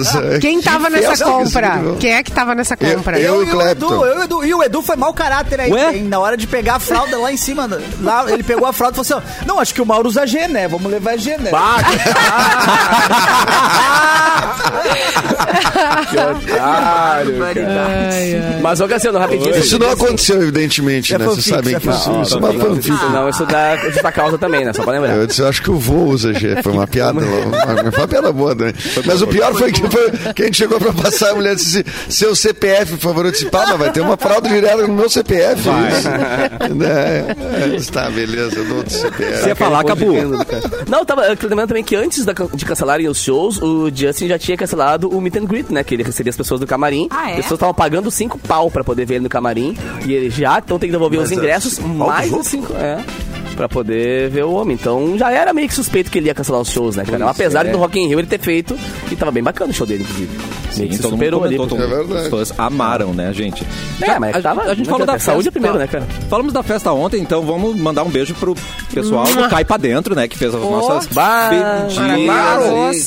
F: Essa-
B: Quem
F: que
B: tava nessa
F: festa que
B: compra?
F: se viveu.
B: Quem é que tava nessa
F: Eu-
B: compra?
F: eu-
E: e o
F: Clapton.
E: Edu, eu e o Edu. E o Edu foi mau caráter aí.
A: Ué?
E: hein? Na hora de pegar a fralda lá em cima. Lá, ele pegou a fralda e falou assim: ó, Não, acho que o Mauro usa G, né? Vamos levar G, né?
C: Ah, Mas, ô Cassiano, rapidinho.
F: Isso não aconteceu, evidentemente,
E: É
F: né? Vocês
E: fanfic,
F: sabem
E: é
F: que isso,
E: fanfic.
F: isso é uma fanfic.
C: Isso não, isso dá, isso dá causa também, né? Só pra lembrar.
F: Eu disse, eu acho que eu vou usar G. Foi uma piada. Uma, foi uma piada boa, né? Mas o pior foi que, foi, que a gente chegou pra passar, a mulher disse seu CPF, por favor. Eu disse, pá, mas vai ter uma fraude direta no meu CPF. Isso. Né? Eu disse, Tá, beleza, eu dou outro
A: você ia
F: CPF.
A: falar, Cabu.
I: né?
C: Não, eu tava eu tava lembrando também que antes da can- de cancelarem os shows, o Justin já tinha cancelado o meet and greet, né? Que ele recebia as pessoas do camarim.
D: Ah, é?
C: As pessoas estavam pagando cinco pau pra poder ver ele no camarim. E ele já, então tem que devolver os ingressos mais de cinco. É. pra poder ver o homem. Então já era meio que suspeito que ele ia cancelar os shows, né, cara? Apesar
A: é.
C: do Rock in Rio ele ter feito, e tava bem bacana o show dele, inclusive. meio que se
A: todo mundo
C: superou ali.
A: comentou, todo
F: É
A: mundo-
F: verdade.
A: Os fãs amaram, né, gente?
C: É, mas
I: a,
C: tava,
I: a gente
C: não
I: falou
C: adianta,
I: da
C: saúde
I: festa,
C: é primeiro,
I: tá?
C: né, cara?
A: Falamos da festa ontem, então vamos mandar um beijo pro pessoal do Cai Pra Dentro, né? Que fez as nossas
C: Bah,
A: pedidas.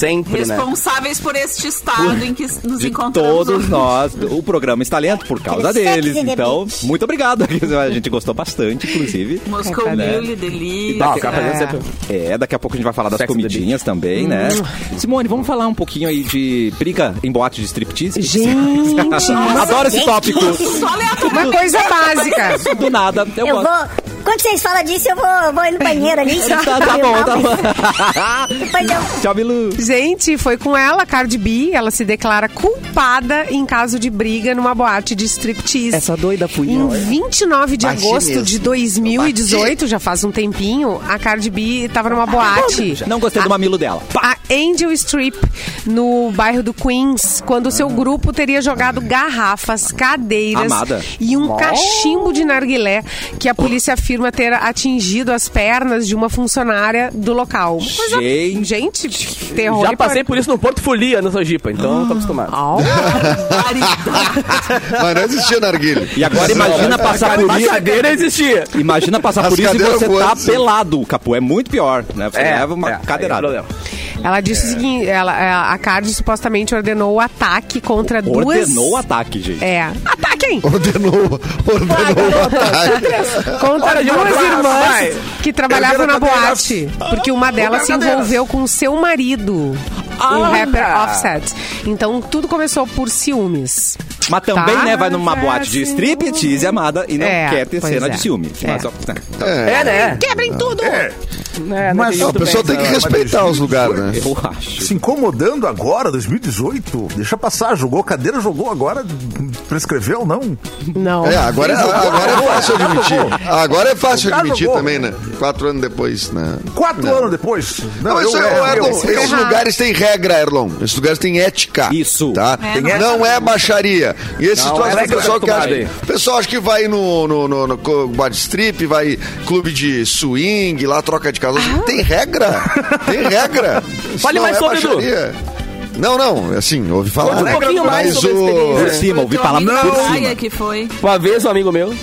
C: Sempre, né?
D: Responsáveis por este estado em que nos
A: De
D: encontramos.
A: todos
D: hoje.
A: nós, o programa está lento por causa
H: Aquele
A: deles.
H: sexy
A: Então, muito obrigado. [laughs] A gente gostou bastante, inclusive.
D: Moscou
A: Né?
D: Mule,
C: Ah, o
D: Delícia.
C: cara fazendo sempre-
A: É, daqui a pouco a gente vai falar das
C: Sex and the
A: comidinhas também, né?
C: Hum.
A: Simone, vamos falar um pouquinho aí de briga em boate de striptease?
B: Gente,
A: [laughs] Adoro esse tópico.
D: Só aleatório.
B: uma coisa básica.
A: Do nada. Eu,
H: Eu
A: gosto.
H: vou. Quando vocês falam disso, eu vou, vou ir no banheiro ali.
A: Tá, tá bom, tá bom.
H: Depois eu.
A: Tchau, Bilu.
B: Gente, foi com ela, Cardi B. Ela se declara culpada em caso de briga numa boate de striptease.
C: Essa doida fui
B: Em
C: eu.
B: 29 de
F: Bati
B: agosto
F: mesmo.
B: de 2018, já faz um tempinho, a Cardi B tava numa boate.
A: Não gostei do mamilo dela.
B: A Angel Strip, no bairro do Queens, quando
A: Ah.
B: seu grupo teria jogado garrafas, cadeiras
A: Amada.
B: e um cachimbo de narguilé que a polícia afirma ter atingido as pernas de uma funcionária do local. Coisa-
A: Gente.
B: gente, terror.
C: Já
B: e par-
C: passei por isso no Porto Folia, nessa jipa, então tô acostumado.
B: Au.
F: Mas não existia narguilha. é
A: E agora imagina passar por
C: é, Mas
A: isso.
C: cadeira existia.
A: Imagina passar
F: As
A: por isso e
F: cadeiras
A: você tá
F: voando.
A: pelado, Capu. É muito pior, né? Você leva uma
C: é, aí é
A: cadeirada.
C: problema.
B: Ela disse o seguinte: ela, a- a Cardi supostamente ordenou o ataque contra duas.
A: Ordenou o ataque, gente.
B: É. Ataque
A: [laughs]
B: aí!
F: Ordenou, ordenou o ataque.
B: Contra
C: Hora de
B: duas
C: abraço,
B: irmãs
C: vai.
B: que trabalhavam na boate. Porque uma delas se
C: cadeiras.
B: envolveu com seu marido, o rapper Offset. Então tudo começou por ciúmes.
A: Mas também,
B: Tá,
A: né, vai numa boate de
B: assim,
A: striptease, amada, e não
B: É,
A: quer ter
B: pois
A: cena
B: é.
A: de ciúme.
B: É.
A: Mas, ó, [laughs] tá.
C: É, né?
B: Quebrem tudo!
C: É,
G: Mas
C: tem
F: Não, a
C: muito
F: pessoa
C: bem,
F: tem que
G: mas
F: respeitar
G: deixa-
F: os lugares, né?
A: Eu acho.
G: Se incomodando agora, 2018. Deixa passar, jogou cadeira, jogou agora. Prescreveu, não?
B: Não.
F: É, agora, agora é fácil admitir. Agora é fácil
G: Cara,
F: admitir
G: jogou.
F: também, né? Quatro anos depois, né?
G: Quatro anos depois.
F: Não, isso é,
G: eu-
F: o Erlon,
G: eu-
B: se
F: esses
B: ferrar.
F: lugares têm regra, Erlon. Esses lugares têm ética.
A: Isso.
F: Tá?
D: É,
F: não, é baixaria. E esses
C: Não,
F: troços
C: é
F: que o pessoal que
C: acostumado
F: acha. O pessoal acha que vai no, no, no, no co- bar de strip, vai clube de swing, lá troca de casa. Tem regra. Tem
C: [laughs]
F: regra. Isso
C: Ah. Fale
F: não
C: mais
F: é
C: sobre, Edu.
F: baixaria. Não, não, assim, ouvi falar.
C: Conta um
F: né?
C: pouquinho mais
F: Mas
C: sobre a
F: o...
C: experiência.
A: Por cima, ouvi
D: Teu
A: falar
D: amigo
A: por
D: Maia
A: cima.
D: que foi.
C: Uma vez um amigo meu,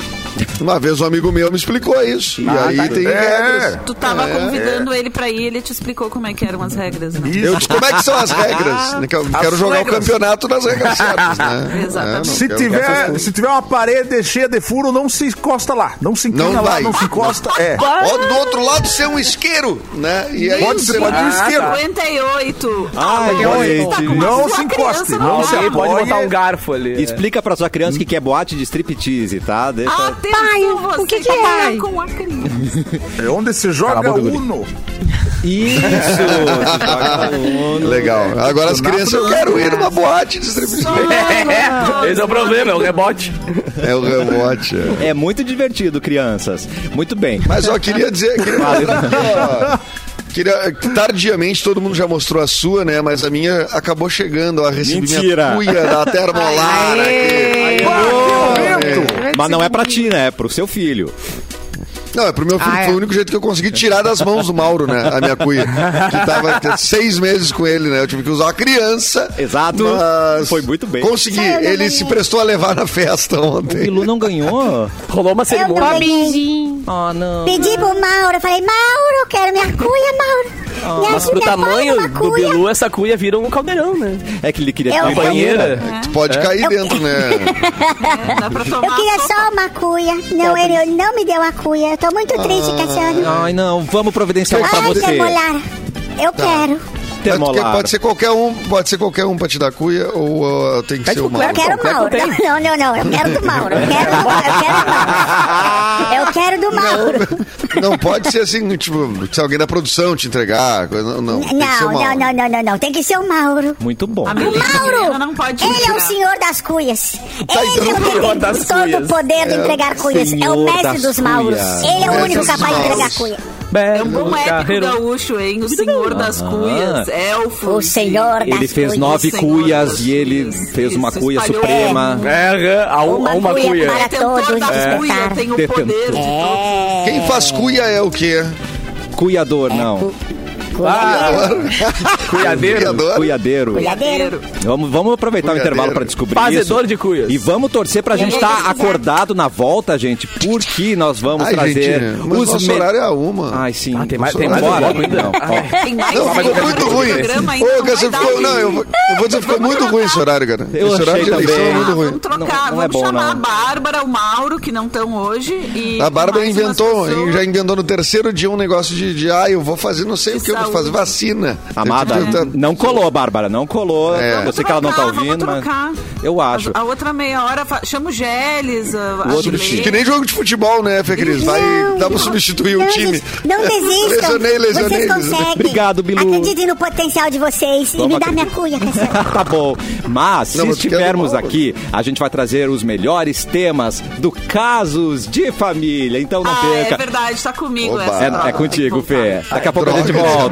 F: Uma vez um amigo meu me explicou isso.
C: Ah,
F: E
C: tá
F: aí tem regras.
D: Tu tava convidando ele pra ir, ele te explicou como é que eram as regras, né?
F: Eu te- como é que são as regras? Eu Quero jogar o campeonato nas regras certas, né?
D: Exatamente.
F: É, não
G: Se
F: quero- quero essas
G: tiver,
F: coisas.
G: se tiver uma parede cheia de furo, não se encosta lá. Não se inclina
F: Não
G: lá,
F: vai.
G: não se encosta. É.
F: Ou do outro lado ser um isqueiro, né? E aí
G: Pode
F: você
G: ser, pode ser um isqueiro.
D: 58.
B: Ah,
A: Ai,
B: é Tá
A: gente.
G: Não
D: Sua
G: se encoste,
D: criança
G: não
D: não
G: se
D: vai.
C: alguém pode
G: apoie.
C: botar um garfo ali. né?
A: Explica pra sua criança que quer boate de striptease, tá?
B: Ah.
A: Deixa...
D: Atenção,
B: Pai,
D: você
B: o que que
D: tá
B: é?
A: [laughs]
D: com a criança.
G: É onde se
A: Cala
G: joga
A: a boca, guri.
G: Uno.
A: Isso! Joga no-
F: Ah, Legal. Agora as crianças, eu quero ir numa boate de distribuição.
A: um
C: É, esse é o problema, é o rebote.
F: É o rebote. é.
A: É muito divertido, crianças. Muito bem.
F: Mas ó, queria dizer. Queria mostrar, ó, queria- tardiamente todo mundo já mostrou a sua, né? Mas a minha acabou chegando. Ó, recebi
A: Mentira.
F: minha cuia da Termolar. aqui.
B: Ah,
A: Mas não é pra ti, né? É pro seu filho.
F: Não, é pro meu filho.
B: Ah, é.
F: Foi o único jeito que eu consegui tirar das mãos do Mauro, né? A minha cuia. Que tava t- seis meses com ele, né? Eu tive que usar a criança.
A: Exato.
F: mas
A: Foi muito bem.
F: Consegui. Ele se prestou a levar na festa ontem.
A: Bilu não ganhou?
C: Rolou uma
H: Eu
C: cerimônia.
H: também pedi pro Mauro, eu falei, Mauro, eu quero minha cuia, Mauro. Me
C: Mas
H: ajuda,
C: pro tamanho
H: faz uma
C: do
H: cuia.
C: Bilu, essa cuia vira um caldeirão, né?
A: É que ele queria
H: Eu
A: ter
H: ganhei.
A: banheira.
H: É.
F: Tu pode cair
A: É.
F: dentro, né?
D: Dá pra tomar
H: Eu queria
D: sopa.
H: só uma cuia. Não, ele não me deu a cuia. Eu tô muito triste, Cassiano.
A: Ai, não. Vamos providenciar uma Ah, é pra
H: Ai,
A: você.
H: Termolar. Eu quero.
F: Mas tu quer-
A: Termolar.
F: Pode ser qualquer um, pode ser qualquer um pra te dar cuia ou uh, tem que ser o
H: Eu
F: Mauro.
H: quero o
C: Claro,
H: Mauro.
C: tem.
H: Não, não, não. Eu quero do Mauro. Eu quero do Mauro. Eu quero do Mauro. Eu quero do Mauro.
F: [laughs] Não pode ser assim, tipo, se alguém da produção te entregar. coisa- Não, não. tem que ser o
H: Não, não,
F: Mauro.
H: não, não, não, não. Tem que ser o Mauro.
A: Muito bom.
D: A Melissa
H: Mauro,
D: Mauro, não pode
H: Ele é o
D: tirar.
H: senhor das cuias.
F: Tá, então
H: Ele é o
F: o
H: que
C: senhor
H: tem
C: das
H: todo
C: cuias.
H: o poder de entregar cuias. É o
A: senhor
H: mestre
A: das
H: dos Mauros.
A: cuias.
H: Ele é o
F: Mestre
H: único
F: dos
H: capaz de
F: Mauros.
H: entregar cuia.
D: É um bom épico gaúcho, hein? O Senhor das Cuias, elfo.
H: O senhor das
A: Ele fez
H: coisas.
A: nove
D: Senhor
A: cuias
D: das
A: e ele
D: cuias.
A: fez uma
D: Isso,
A: cuia
D: espalhou.
A: suprema.
C: É, a, um- a uma
H: cuia
C: cuia.
H: para-
D: Detentor
H: todos É,
D: da
H: despertar.
D: cuia tem o
A: Detentor.
D: poder de todos.
F: Quem faz cuia é o quê?
A: Cuiador, não.
C: Ah, cuiadeiro.
A: Cuiadeiro.
H: Cuidadeiro.
A: Vamos, vamos aproveitar o
F: Cuiadeiro.
A: intervalo para descobrir
C: Fazedor
A: isso.
C: de cuias.
A: E vamos torcer pra gente
H: vou
A: estar
H: pesquisar.
A: acordado na volta, gente, porque nós vamos
F: Ai,
A: trazer
F: gente, mas nosso
A: me-
F: horário é a uma.
A: Ai, sim.
C: Ah, tem mais- tem
A: Vamos
C: mais um
A: embora?
C: bloco ainda?
A: Não,
C: Ah,
A: ó.
D: Tem mais
F: Não,
D: um
F: ficou muito
D: programa
F: ruim.
D: programa ainda,
F: Ô,
D: não
F: Cássio,
D: vai dar
F: ficou. Não, é eu
D: tempo.
F: vou, eu vou dizer que ficou muito ruim esse horário, cara.
A: Eu
F: esse horário
A: achei
F: de eleição
A: também.
F: é muito
D: Ah,
F: ruim.
D: vamos trocar,
A: Não- não é
D: vamos
A: bom,
D: chamar
A: não.
D: a Bárbara, o Mauro, que não estão hoje. E
F: A Bárbara
D: mais umas
F: inventou,
D: pessoas.
F: hein, já inventou no terceiro dia um negócio de, de ah, eu vou fazer não sei
D: De
F: o que, eu vou
D: saúde.
F: fazer vacina.
A: Amada,
F: Eu tô tentando-
A: não é colou, Bárbara, não colou.
F: Tá É.
A: Eu sei que ela não tá
D: Trocar, vamos
A: ouvindo, mas
D: trocar.
A: eu acho.
D: A, a outra meia hora, fa- chama o Geles, a, a
A: outro
D: Gilene.
F: Que nem jogo de futebol, né, Fê Cris? Vai,
H: Não,
F: dá pra substituir o
H: não,
F: time.
H: gente,
F: [laughs]
H: Não desistam.
F: Lesionei, lesionei.
H: Vocês
F: lesionei.
H: conseguem.
A: Obrigado, Bilu.
H: Acreditem no potencial de vocês e
A: Vamos
H: me dá minha cuia, Cassiano.
A: [laughs] tá bom. Mas
F: Não,
A: se
F: mas tu quer
A: estivermos
F: do Mauro?
A: aqui, a gente vai trazer os melhores temas do Casos de Família. Então não
D: Ah,
A: perca.
D: é verdade, tá comigo
F: Oba.
D: essa.
A: É-
D: troca,
A: É,
D: tem que
A: contigo,
D: voltar.
A: Fê. Daqui a
F: Ai,
A: pouco a gente
F: droga.
A: volta.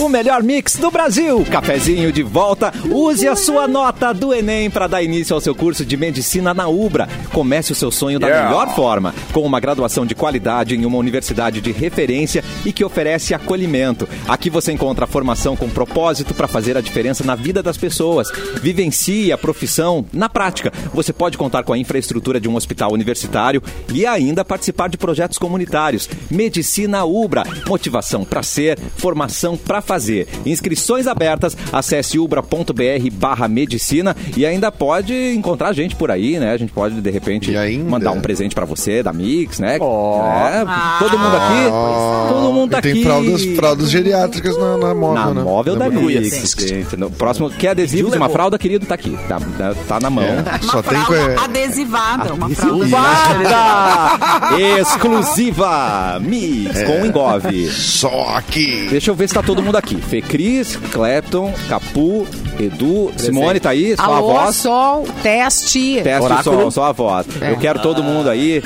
A: O melhor mix do Brasil. Cafezinho de volta. Use a sua nota do Enem para dar início ao seu curso de medicina na Ubra. Comece o seu sonho da
C: Yeah.
A: melhor forma, com uma graduação de qualidade em uma universidade de referência e que oferece acolhimento. Aqui você encontra a formação com propósito para fazer a diferença na vida das pessoas. Vivencie a profissão na prática. Você pode contar com a infraestrutura de um hospital universitário e ainda participar de projetos comunitários. Medicina Ubra, motivação para ser, formação para fazer. Inscrições abertas, acesse ubra.br barra medicina e ainda pode encontrar a gente por aí, né? A gente pode, de repente,
F: E ainda?
A: mandar um presente para você da Mix, né?
C: Ó.
A: É, todo mundo aqui, todo mundo tá
F: Ah, é. E tem
A: aqui.
F: fraldas, fraldas geriátricas na, na móvel,
A: Na
F: né?
A: móvel tá da
C: cuia,
A: Mix, gente. No próximo, quer adesivo de uma fralda, querido? Tá aqui, tá, tá na mão.
F: É,
D: Uma
F: só tem
D: fralda
F: que-
D: adesivada, uma fralda.
A: Adesivada!
F: É.
A: [laughs] Exclusiva! Mix, com engove.
F: Só aqui.
A: Deixa eu ver se tá todo mundo aqui. Fê Cris, Clepton, Capu, Edu, Simone tá aí, só a
B: Alô,
A: voz.
B: sol, teste.
A: Teste
C: Oráculo.
A: só, só a voz.
D: É.
A: Eu quero todo mundo aí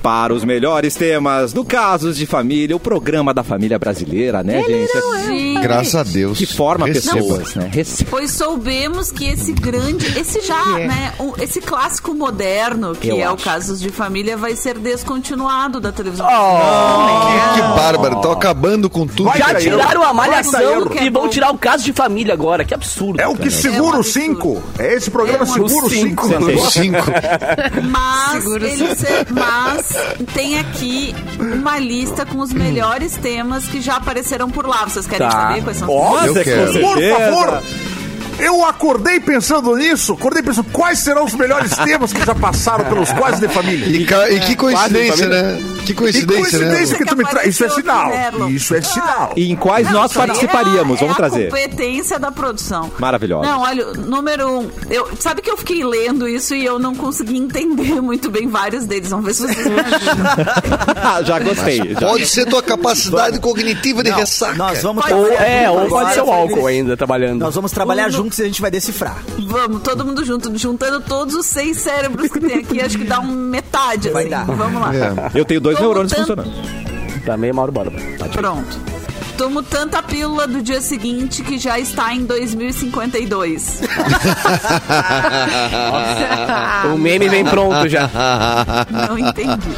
A: para os melhores temas do Casos de Família, o programa da família brasileira, né, gente?
D: Gente,
F: Graças a Deus.
A: Que forma
F: Receba.
A: pessoas, né? Receba.
D: Pois soubemos que esse grande, esse já, né, o- esse clássico moderno, que
A: Eu
D: é o
A: acho. Oh!
D: Casos de Família, vai ser descontinuado da televisão. né?
F: Que bárbaro, tô acabando com tudo.
C: Já
F: Caiu.
C: tiraram a
D: Vai,
C: malhação
D: Caio.
C: e vão tirar o caso de família agora. Que absurdo.
G: É o que
D: É
G: segura
D: um
G: o 5. É esse programa
D: É um
G: segura o
C: cinco.
G: 5.
F: O cinco.
D: Mas,
B: Segura
D: ele se- mas tem aqui uma lista com os melhores temas que já apareceram por lá. Vocês querem
C: Tá.
D: saber quais são?
F: Eu
A: Nossa,
F: quero.
A: com
G: Por
A: certeza.
G: favor. Eu acordei pensando nisso, acordei pensando quais serão os melhores temas que já passaram pelos quase de família.
F: E, ca- e que coincidência,
G: família.
F: né? Que
G: E
F: coincidência,
G: coincidência
F: né?
G: que tu me traz. Isso é sinal.
D: Apareceu aqui,
G: Isso é sinal.
A: E em quais
D: Não,
A: nós
D: isso aí
A: participaríamos? Vamos
D: é- é
A: trazer.
D: A competência da produção.
A: Maravilhosa.
D: Não, olha, número um. Eu, sabe que eu fiquei lendo isso e eu não consegui entender [laughs] muito bem vários deles. Vamos ver se vocês
A: [laughs]
D: me ajudam.
A: Já gostei. já.
F: Pode ser tua capacidade cognitiva de ressaca.
E: Nós vamos
C: Ou,
E: trabalhar
C: é,
E: juntos,
C: ou pode
E: nós
C: ser o
E: vamos-
C: álcool ainda trabalhando.
E: Nós vamos trabalhar
D: Ou no-
E: juntos e a gente vai decifrar.
D: Vamos, todo mundo junto, juntando todos os seis cérebros que tem aqui, acho que dá um metade.
E: Vai
D: assim.
E: dar.
D: Vamos lá.
A: [laughs]
F: É.
A: Eu tenho dois
D: Como
A: neurônios
D: tanto-
A: funcionando.
C: Também, é Mauro, bora.
D: Pronto. Tomo tanta pílula do dia seguinte que já está em 2052.
E: Ah,
C: O meme vem pronto já.
D: Não entendi.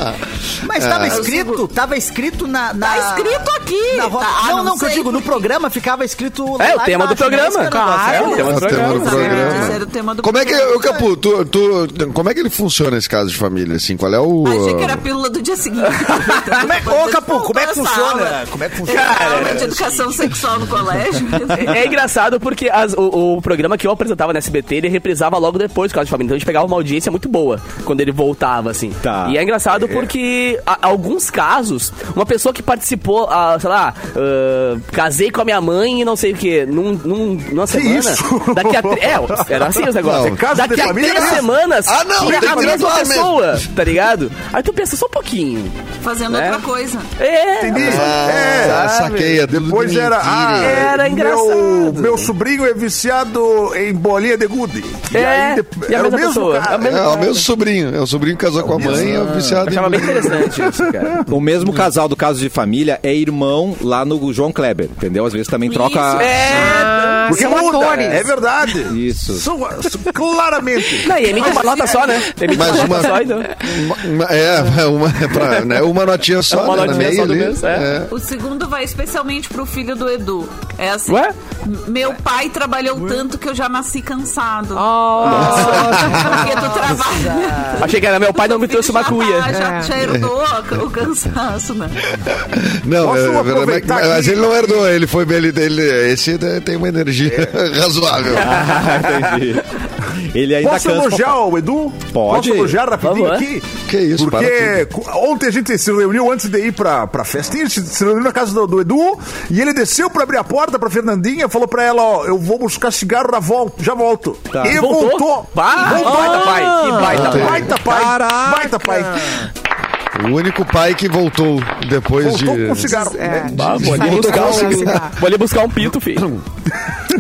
E: Mas
F: É.
E: tava escrito, tava escrito na. na...
D: Tá escrito aqui.
E: na ro-
D: Tá, ah,
E: não, não, que eu
D: sei.
E: digo, no programa ficava escrito.
C: É, o
E: lá
C: tema
E: embaixo,
C: do
E: né?
C: programa.
E: nesse negócio,
C: Claro.
E: né?
C: É o tema do
F: Nós temos
C: programa.
F: no
D: Exatamente, era o tema do
F: Como é que,
D: programa.
F: ô, Capu, tu, tu- como é que ele funciona esse caso de família, assim? Qual é o...
D: Achei que era a pílula do dia seguinte.
E: Como é, ô, Capu, como é que
D: Essa
E: funciona?
D: aula-
E: Como é que funciona?
D: essa aula de educação sexual no colégio.
C: É engraçado porque as- o, o programa que eu apresentava na SBT, ele reprisava logo depois do Caso de Família. Então a gente pegava uma audiência muito boa quando ele voltava, assim.
A: Tá.
C: E é engraçado porque a- alguns casos, uma pessoa que participou, ah, sei lá, ah, casei com a minha mãe e não sei o quê, num, num, numa semana.
G: isso?
C: Daqui a tre- É, era assim os negócios.
F: Não,
G: caso de
C: Daqui a
G: família
C: três
G: mesmo.
C: semanas
F: Ah, não,
C: tinha
F: tem
C: a
F: que
C: mesma
F: graduar mesmo.
C: pessoa, tá ligado? Aí tu pensa só um pouquinho.
D: Fazendo
C: Né?
D: outra coisa.
C: É,
G: Entendi.
F: Ah,
G: É.
F: saquei, meia, dedo
G: Pois
F: de
G: era, ah,
F: mentira.
C: Era engraçado.
G: Meu, meu sobrinho é viciado em bolinha de gude. E
C: É,
G: aí,
C: e a
G: era
C: mesma
G: o mesmo
C: pessoa,
G: cara.
C: é o mesmo-
F: É, o meu sobrinho. É o sobrinho que casou com a mãe, é o viciado em
C: Achava bem
F: bullying.
C: interessante isso, cara.
A: O mesmo casal do caso de família é irmão lá no João Kleber, entendeu? Às vezes também troca.
D: É.
B: Ah,
G: Porque
B: são
G: muda,
B: atores.
G: é verdade.
A: Isso.
G: São- são-
C: [laughs]
G: claramente.
C: Não, e emite uma nota só, né? Emite
F: Mas
C: uma
F: uma-
C: nota só, então.
F: Uma- É, [laughs] uma, é pra, né, uma notinha só,
C: Uma
F: né, na
C: notinha
F: meia
C: só do
F: ali.
C: mês, é.
F: É.
D: O segundo vai especialmente pro filho do Edu. É assim.
C: Ué?
D: Meu pai trabalhou tanto que eu já nasci cansado. Porque tu trabalha.
C: Achei que era meu pai não me
D: Filho
C: trouxe uma
D: já
C: cuia.
D: tá, Já,
C: É.
D: já herdou o cansaço, né?
F: Não,
G: Posso
F: é, é verdade, mas,
G: aproveitar que-
F: mas ele não herdou, ele foi bem. Ele, ele- esse né, tem uma energia [laughs]
G: É.
F: razoável.
A: Ah, [laughs] entendi. Ele ainda
G: Posso
A: cansa- um
G: elogiar o Edu?
A: Pode.
G: Posso elogiar rapidinho
C: Vamos, é.
G: aqui?
F: Que isso, para
G: Porque cu- ontem a gente se reuniu antes de ir pra, pra festinha, a gente se reuniu na casa do, do Edu e ele desceu pra abrir a porta pra Fernandinha falou pra ela, ó, eu vou buscar cigarro, já volto. Já volto.
A: Tá.
G: E voltou.
C: Pá!
G: Voltou, baita pai.
C: Que baita
F: Ah.
C: pai.
G: Baita pai.
A: Caraca.
G: Baita pai.
F: O único pai que voltou depois
G: Voltou com
F: de.
G: cigarro.
B: É.
G: né?
C: Bah, vou, ali
F: Voltou
C: buscar
F: com
C: um,
F: cigarro.
C: vou ali buscar um pinto, filho.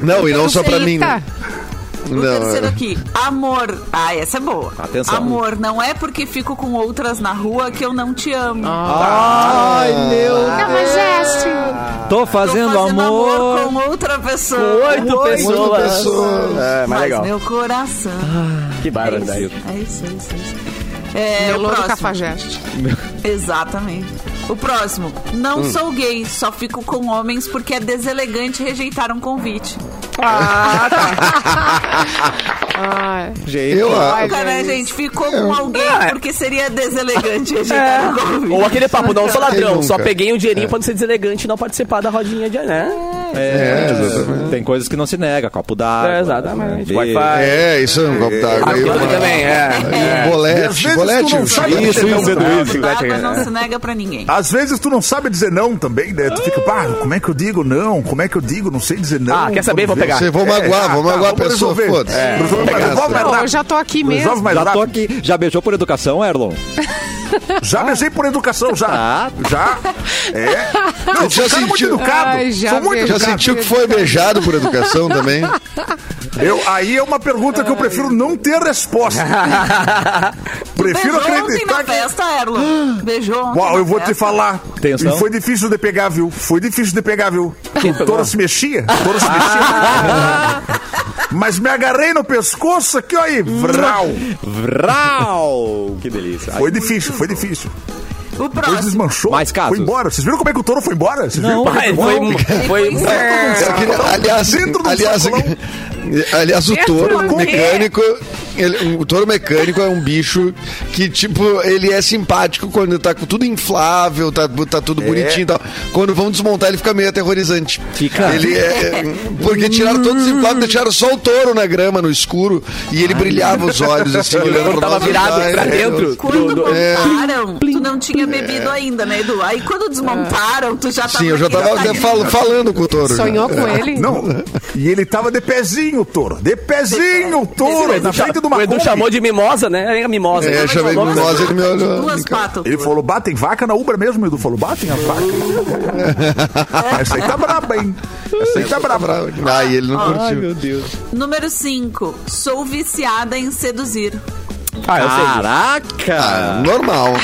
F: Não, e não só pra mim. né?
B: Eita.
D: O
F: Não,
D: terceiro
F: é.
D: aqui, amor. Ah, essa é boa.
A: Atenção.
D: Amor, não é porque fico com outras na rua que eu não te amo.
A: Ai, meu Deus. Tô
D: Tô
A: fazendo,
D: fazendo
A: amor.
D: amor com outra pessoa.
C: Oito
F: Uma
C: pessoas.
F: pessoa.
C: É, mas
D: Mas
C: legal.
D: meu coração.
C: Que barbaridade.
D: É isso, é isso, é isso. É, o
B: Melô do
D: próximo.
B: Cafajeste.
D: Exatamente. O próximo. Não
C: Hum.
D: sou gay, só fico com homens porque é deselegante rejeitar um convite.
B: Ah,
A: Gente,
F: Eu, a-
B: Ai,
D: Nunca, né,
B: gente.
D: gente? Ficou com alguém
C: Ah, é.
D: porque seria deselegante
B: É.
D: rejeitar um convite.
C: Ou aquele papo, não sou ladrão,
F: Quem
C: só
F: nunca?
C: peguei um dinheirinho pra não ser deselegante e não participar da rodinha de né?
A: é,
F: É, exatamente.
A: tem coisas que não se nega, copo d'água. né?
C: É, exatamente.
A: beijo.
C: Wi-Fi.
F: É, isso é um copo d'água. aí,
C: Aquilo
F: uma-
C: também, é.
F: aí um
G: Às
F: Bolete,
G: vezes tu
F: bolete.
G: não sabe Ah,
A: Isso,
G: dizer
A: isso,
G: não.
A: Edu.
D: Água não se nega pra ninguém.
G: Às vezes tu não sabe dizer não também, né? Tu fica, pá, como é que eu digo não? Como é que eu digo? Não sei dizer não.
C: Ah, quer saber? Vou
G: Quando vê- É, tá,
C: pegar.
F: Você vou magoar, vou magoar a pessoa,
G: resolver.
F: foda-se.
G: É. Resolve mais-
F: Pegar
G: resolve
F: essa.
G: mais
C: tá.
B: Não, eu
G: rápido.
B: já tô aqui
G: Resolve
B: mesmo.
G: mais
A: Já tô
G: rápido.
A: aqui. Já beijou por educação, Erlon?
G: Já beijei por educação, já.
F: Tá.
A: Ah.
G: Já.
F: [laughs]
G: É. Não,
F: Eu já
G: sou um cara muito
F: senti-
G: educado.
B: Ai, já
G: sou muito
B: beijei.
F: Já
G: educado.
F: sentiu que foi beijado por educação também?
G: Eu, aí é uma pergunta que eu prefiro não ter resposta. prefiro
D: Beijou ontem na
G: acreditar que...
D: festa, Erlon. Beijou ontem
G: Uau,
D: na
G: eu vou te
D: festa.
G: falar.
A: Atenção.
G: E foi difícil de pegar, viu? Foi difícil de pegar, viu?
C: Quem
G: Tu-
C: pegou?
G: Toda se mexia, toda se mexia. Mas me agarrei no pescoço aqui, ó aí. Vral.
A: Vral! Que delícia. Ai,
G: Foi difícil, foi difícil.
D: O
G: Depois
D: próximo.
G: desmanchou.
A: Mais casos.
G: Foi embora. Vocês viram como é que o touro foi embora? Vocês viram como é
C: Pai,
G: que
C: foi.
G: foi?
C: foi
F: Eu queria- aliás,
G: Dentro do
F: aliás,
G: sacolão.
F: aliás, o
B: Dentro do
F: touro
B: quê?
F: mecânico. ele- o touro mecânico é um bicho que, tipo, ele é simpático quando tá com tudo inflável, tá, tá
C: É.
F: tudo bonitinho e tal. Quando vão desmontar, ele fica meio aterrorizante.
A: Fica.
F: Ele é- porque tiraram todos os infláveis, deixaram só o touro na grama, no escuro, e ele brilhava os olhos, assim, olhando né?
C: Quando
F: pra
C: tava
F: nós,
C: virado
F: ai,
C: pra
F: meu
C: dentro.
F: Deus.
D: Quando
C: do- do-
D: montaram, tu não tinha
G: É.
D: bebido ainda, né, Edu? Aí quando desmontaram, tu já tava... tá
F: Sim, eu já tava até fal- falando com o touro. né? já.
B: Sonhou com ele?
G: É. Não, e ele tava de pezinho, o touro. De pezinho, o touro, na frente de uma
C: O Edu
G: Kombi.
C: chamou de mimosa, né? Era mimosa.
F: É, chamei de mimosa, ele me olhou.
D: Duas
F: Cara,
D: patas.
G: Ele falou, batem vaca na Ubra mesmo, o Edu falou, batem a vaca. Essa aí tá braba, hein? Essa aí tá braba.
F: Ah, e ele não curtiu.
D: Número 5. Sou viciada em seduzir.
C: Ah, eu sei.
A: Caraca!
F: Ah, normal.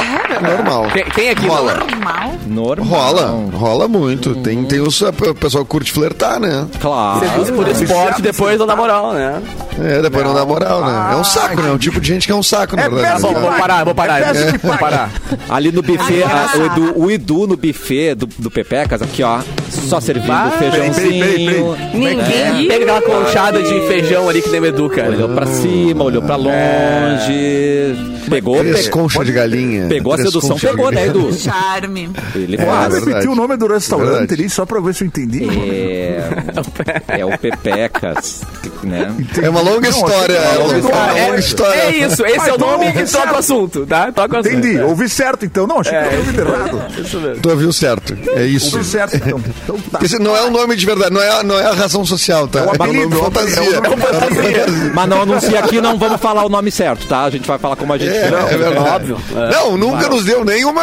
F: Normal.
C: Quem, quem aqui não?
F: Rola.
D: Normal.
A: Normal.
F: Rola, rola muito. Tem, tem os, o pessoal que curte flertar, né?
A: Claro.
C: Seduz por esporte, depois não dá moral, né?
F: É, depois não, dá moral, né? É um saco, né? É um tipo de gente que é um saco, na
G: É
F: verdade.
G: péssimo.
C: Bom, vou parar, vou parar.
G: É péssimo
C: Vou parar.
A: Ali no buffet,
D: Agora-
A: a- o, Edu, o Edu no buffet do, do Pepecas, aqui ó, só servindo feijãozinho.
G: peraí, peraí,
A: é.
C: Ninguém pega aquela conchada de feijão ali que nem o Edu, cara.
A: Olhou pra cima, olhou pra longe. Pegou,
F: Três
A: pe-
F: conchas de galinha.
A: pegou a
F: Três
A: sedução,
F: conchas de
A: pegou, né,
F: galinha.
A: Edu?
D: Charme.
A: Ele
G: Ah,
A: quase.
F: verdade.
G: repetiu o nome do restaurante
F: Verdade.
G: ali, só pra ver se eu entendi.
A: É, É, é o Pepecas, né?
F: É uma longa história. É uma longa
G: Ah, é-
F: história.
C: É isso, esse
G: Ah,
C: é o
G: então
C: nome
G: ouvi
C: e toca
G: certo.
C: o assunto, tá? Toca o assunto.
G: Entendi,
C: É.
G: ouvi certo então. Não, achei que eu ouvi errado.
C: Isso mesmo.
F: Tu ouviu certo. É isso.
G: Ouvi certo então. Então tá.
F: Esse não é um nome de verdade, não é, não é a razão social, tá?
G: É um apelido,
F: nome
G: é um
F: fantasia.
G: apelido, é um
A: Mas não anuncia aqui, não vamos falar o nome certo, tá? A gente vai falar como a gente
F: É,
A: quer.
F: é verdade.
C: óbvio.
F: Não, nunca nos deu nenhuma.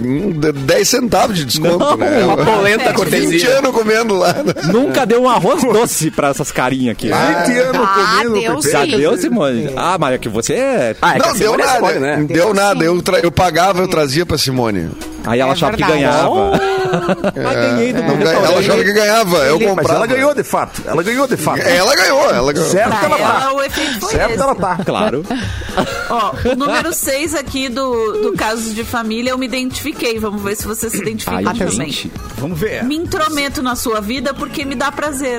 F: um, de- 10 centavos de desconto, né?
C: Uma polenta
F: 20
C: cortesia.
F: anos comendo lá. né?
A: Nunca deu um arroz doce pra essas carinhas aqui. né?
G: 20 anos
D: Ah,
G: comendo
D: Deus
G: Pepe.
A: Já
D: sim.
A: deu, Simone? Ah, mas é que você é...
C: Ah, é que
F: não,
C: a
F: deu
C: Simone é
F: nada.
C: Simone,
F: Não
C: né?
F: deu nada. Eu, tra- eu pagava, eu trazia pra Simone.
A: Aí ela
B: É
A: achava que
B: verdade.
D: Oh!
A: [laughs] ganhava. Ah, ganhei do
F: Não ganha- ela achava que ganhava. Eu
G: Mas
F: comprava. É.
G: ela ganhou de fato. Ela ganhou de fato.
F: Ela ganhou, ela ganhou.
G: Certo que
D: Pra
G: ela tá.
D: ela, o efeito foi
G: Certo
D: esse.
G: ela tá.
A: Claro.
D: Ó, o número 6 aqui do, do caso de família, eu me identifiquei. Vamos ver se você se identifica
A: Ai,
D: também.
A: gente.
E: Vamos ver.
D: Me intrometo na sua vida porque me dá prazer.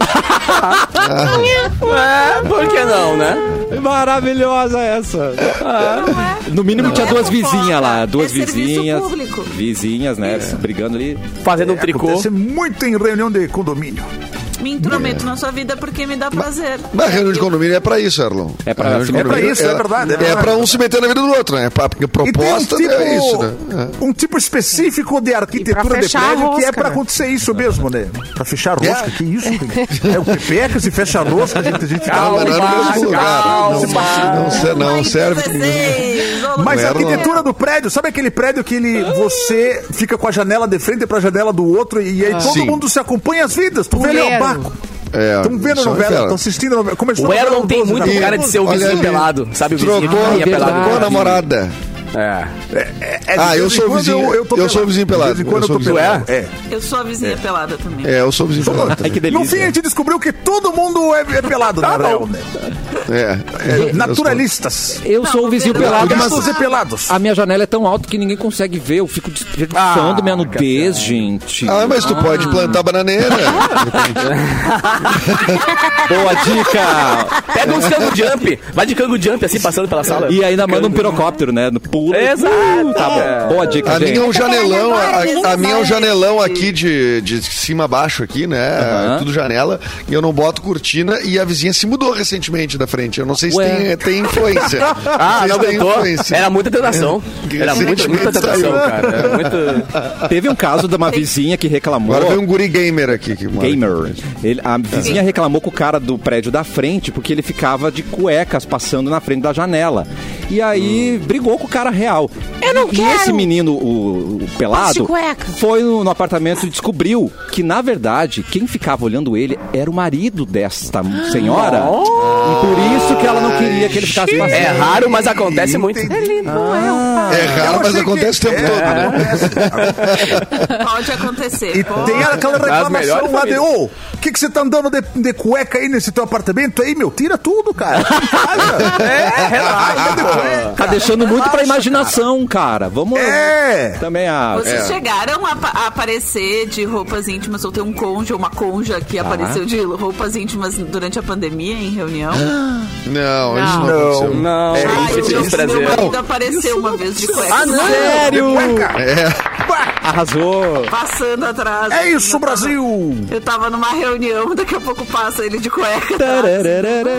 C: É, por que não, né?
A: Maravilhosa essa. No mínimo
D: Não
A: tinha
D: é
A: duas
D: fofoca,
A: vizinhas lá. Duas
D: é serviço
A: vizinhas.
D: público.
A: Vizinhas, né? Brigando ali.
C: Fazendo um tricô.
G: Acontece muito em reunião de condomínio.
D: Me intrometo na sua vida porque me dá prazer.
F: Mas reunião de condomínio é pra isso, Erlon.
A: É pra-
F: A reunião de
A: é pra
F: condomínio
G: isso, é verdade, é
F: É,
G: verdade.
F: pra um se meter na vida do outro, né? Pra- Porque
G: E tem um
F: proposta
G: tipo,
F: é isso, né?
G: um tipo específico de
B: E pra
G: arquitetura de
B: fechar a
G: prédio que é
B: rosca,
G: pra
B: né?
G: acontecer isso mesmo, né? Pra fechar a rosca, que isso? É o pepeca, se fecha a rosca, gente, a gente fica-
F: Ah, mas não é no mesmo lugar.
C: calma.
F: Não, se- não serve.
G: Mas a
F: Merda.
G: arquitetura do prédio, sabe aquele prédio que ele, você fica com a janela de frente pra janela do outro e aí todo
F: Sim.
G: mundo se acompanha às vidas? Tu vê ali
B: Puleiro.
G: o barco.
F: É,
G: Estão vendo
F: isso
G: a
F: é um
G: novela,
F: inferno.
G: estão assistindo a novela. Começou
C: O
G: a novela um né?
C: Erlon tem
G: doze,
C: muito
G: cara.
C: cara de ser o
F: Olha
C: vizinho
F: ali.
C: pelado, sabe? O vizinho que
F: Trocou,
C: caminha pelado.
F: trocou a namorada.
C: É.
G: É, é,
F: Ah,
G: de
F: eu
G: vez em
F: sou
G: quando
F: vizinho- eu sou vizinho pelado,
G: De vez em
F: eu
G: quando eu,
F: sou
G: tô
F: vizinho
G: pelado.
F: pelado.
G: É.
D: Eu sou a vizinha pelada também.
F: É, eu sou vizinho pelado.
C: [laughs]
A: Ai, que
G: No
C: é.
G: fim, a
A: delícia.
G: gente descobriu que todo mundo é, é pelado, na real, né?
F: É, é,
G: Naturalistas.
A: Eu sou o vizinho
D: Não,
A: pelado, mas
G: Gatos e pelados.
A: a minha janela é tão alta que ninguém consegue ver. Eu fico desperdiçando minha nudez, gente.
F: Ah, mas tu pode plantar bananeira.
A: Boa dica!
C: Pega uns cango jump, vai de cango jump assim, passando pela sala.
A: E ainda manda um
C: Cango.
A: pirocóptero, né? No pulo.
C: Exato.
A: Uh, Tá bom. Boa dica,
F: A
A: gente.
F: minha é um janelão,
H: agora,
F: a- a,
H: menina,
F: minha é um
H: sai.
F: janelão aqui de, de cima a baixo aqui, né?
A: Aham.
F: Tudo janela. E eu não boto cortina e a vizinha se mudou recentemente da frente. Eu não sei se
A: Ué.
F: tem, tem
C: [laughs]
F: influência.
C: Ah, não
F: Vocês têm
C: aguentou.
F: influência.
C: Era muita tentação. Era muita, muita tentação, cara. Era muito...
A: Teve um caso de uma vizinha que reclamou.
F: Agora vem um guri gamer aqui. Que mora aqui.
A: Gamer. Ele- a vizinha reclamou com o cara do prédio da frente porque ele ficava de cuecas passando na frente da janela. E aí brigou com o cara real. Eu não e, E esse menino, o, o
B: Passe de
A: pelado,
B: cueca.
A: foi no, no apartamento e descobriu que, na verdade, quem ficava olhando ele era o marido desta senhora. E por isso que ela não queria que ele ficasse passando.
C: É raro, mas acontece muito.
B: um
F: É raro, mas
G: achei que-
F: acontece o tempo
G: É.
F: todo, né?
D: Pode acontecer.
G: E
D: Pode.
G: tem aquela reclamação
C: melhores
G: lá de,
C: famílias.
G: ô, o que que você tá andando de, de cueca aí nesse teu apartamento aí, meu? Tira
D: [laughs]
G: tudo, cara. Fica em casa.
C: É,
D: Ah,
C: relaxa.
A: Tá deixando muito pra imaginação, cara. Vamos.
G: É.
A: Também a.
D: Vocês chegaram a, pa- a aparecer de roupas íntimas, ou tem um conja, uma conja que apareceu de roupas íntimas durante a pandemia em reunião?
C: É.
F: Não, isso não,
G: Não.
F: aconteceu.
C: Não,
D: Ah,
C: não
F: é um
D: eu,
C: senti os
D: meu
C: prazer.
D: marido apareceu uma vez de cueca.
C: Ah, não?
A: Sério?
F: É.
A: Arrasou.
D: Passando atrás.
G: É
D: assim,
G: isso,
D: eu tava-
G: Brasil!
D: Eu tava numa reunião, daqui a pouco passa ele de cueca. tá?
A: Tarararara.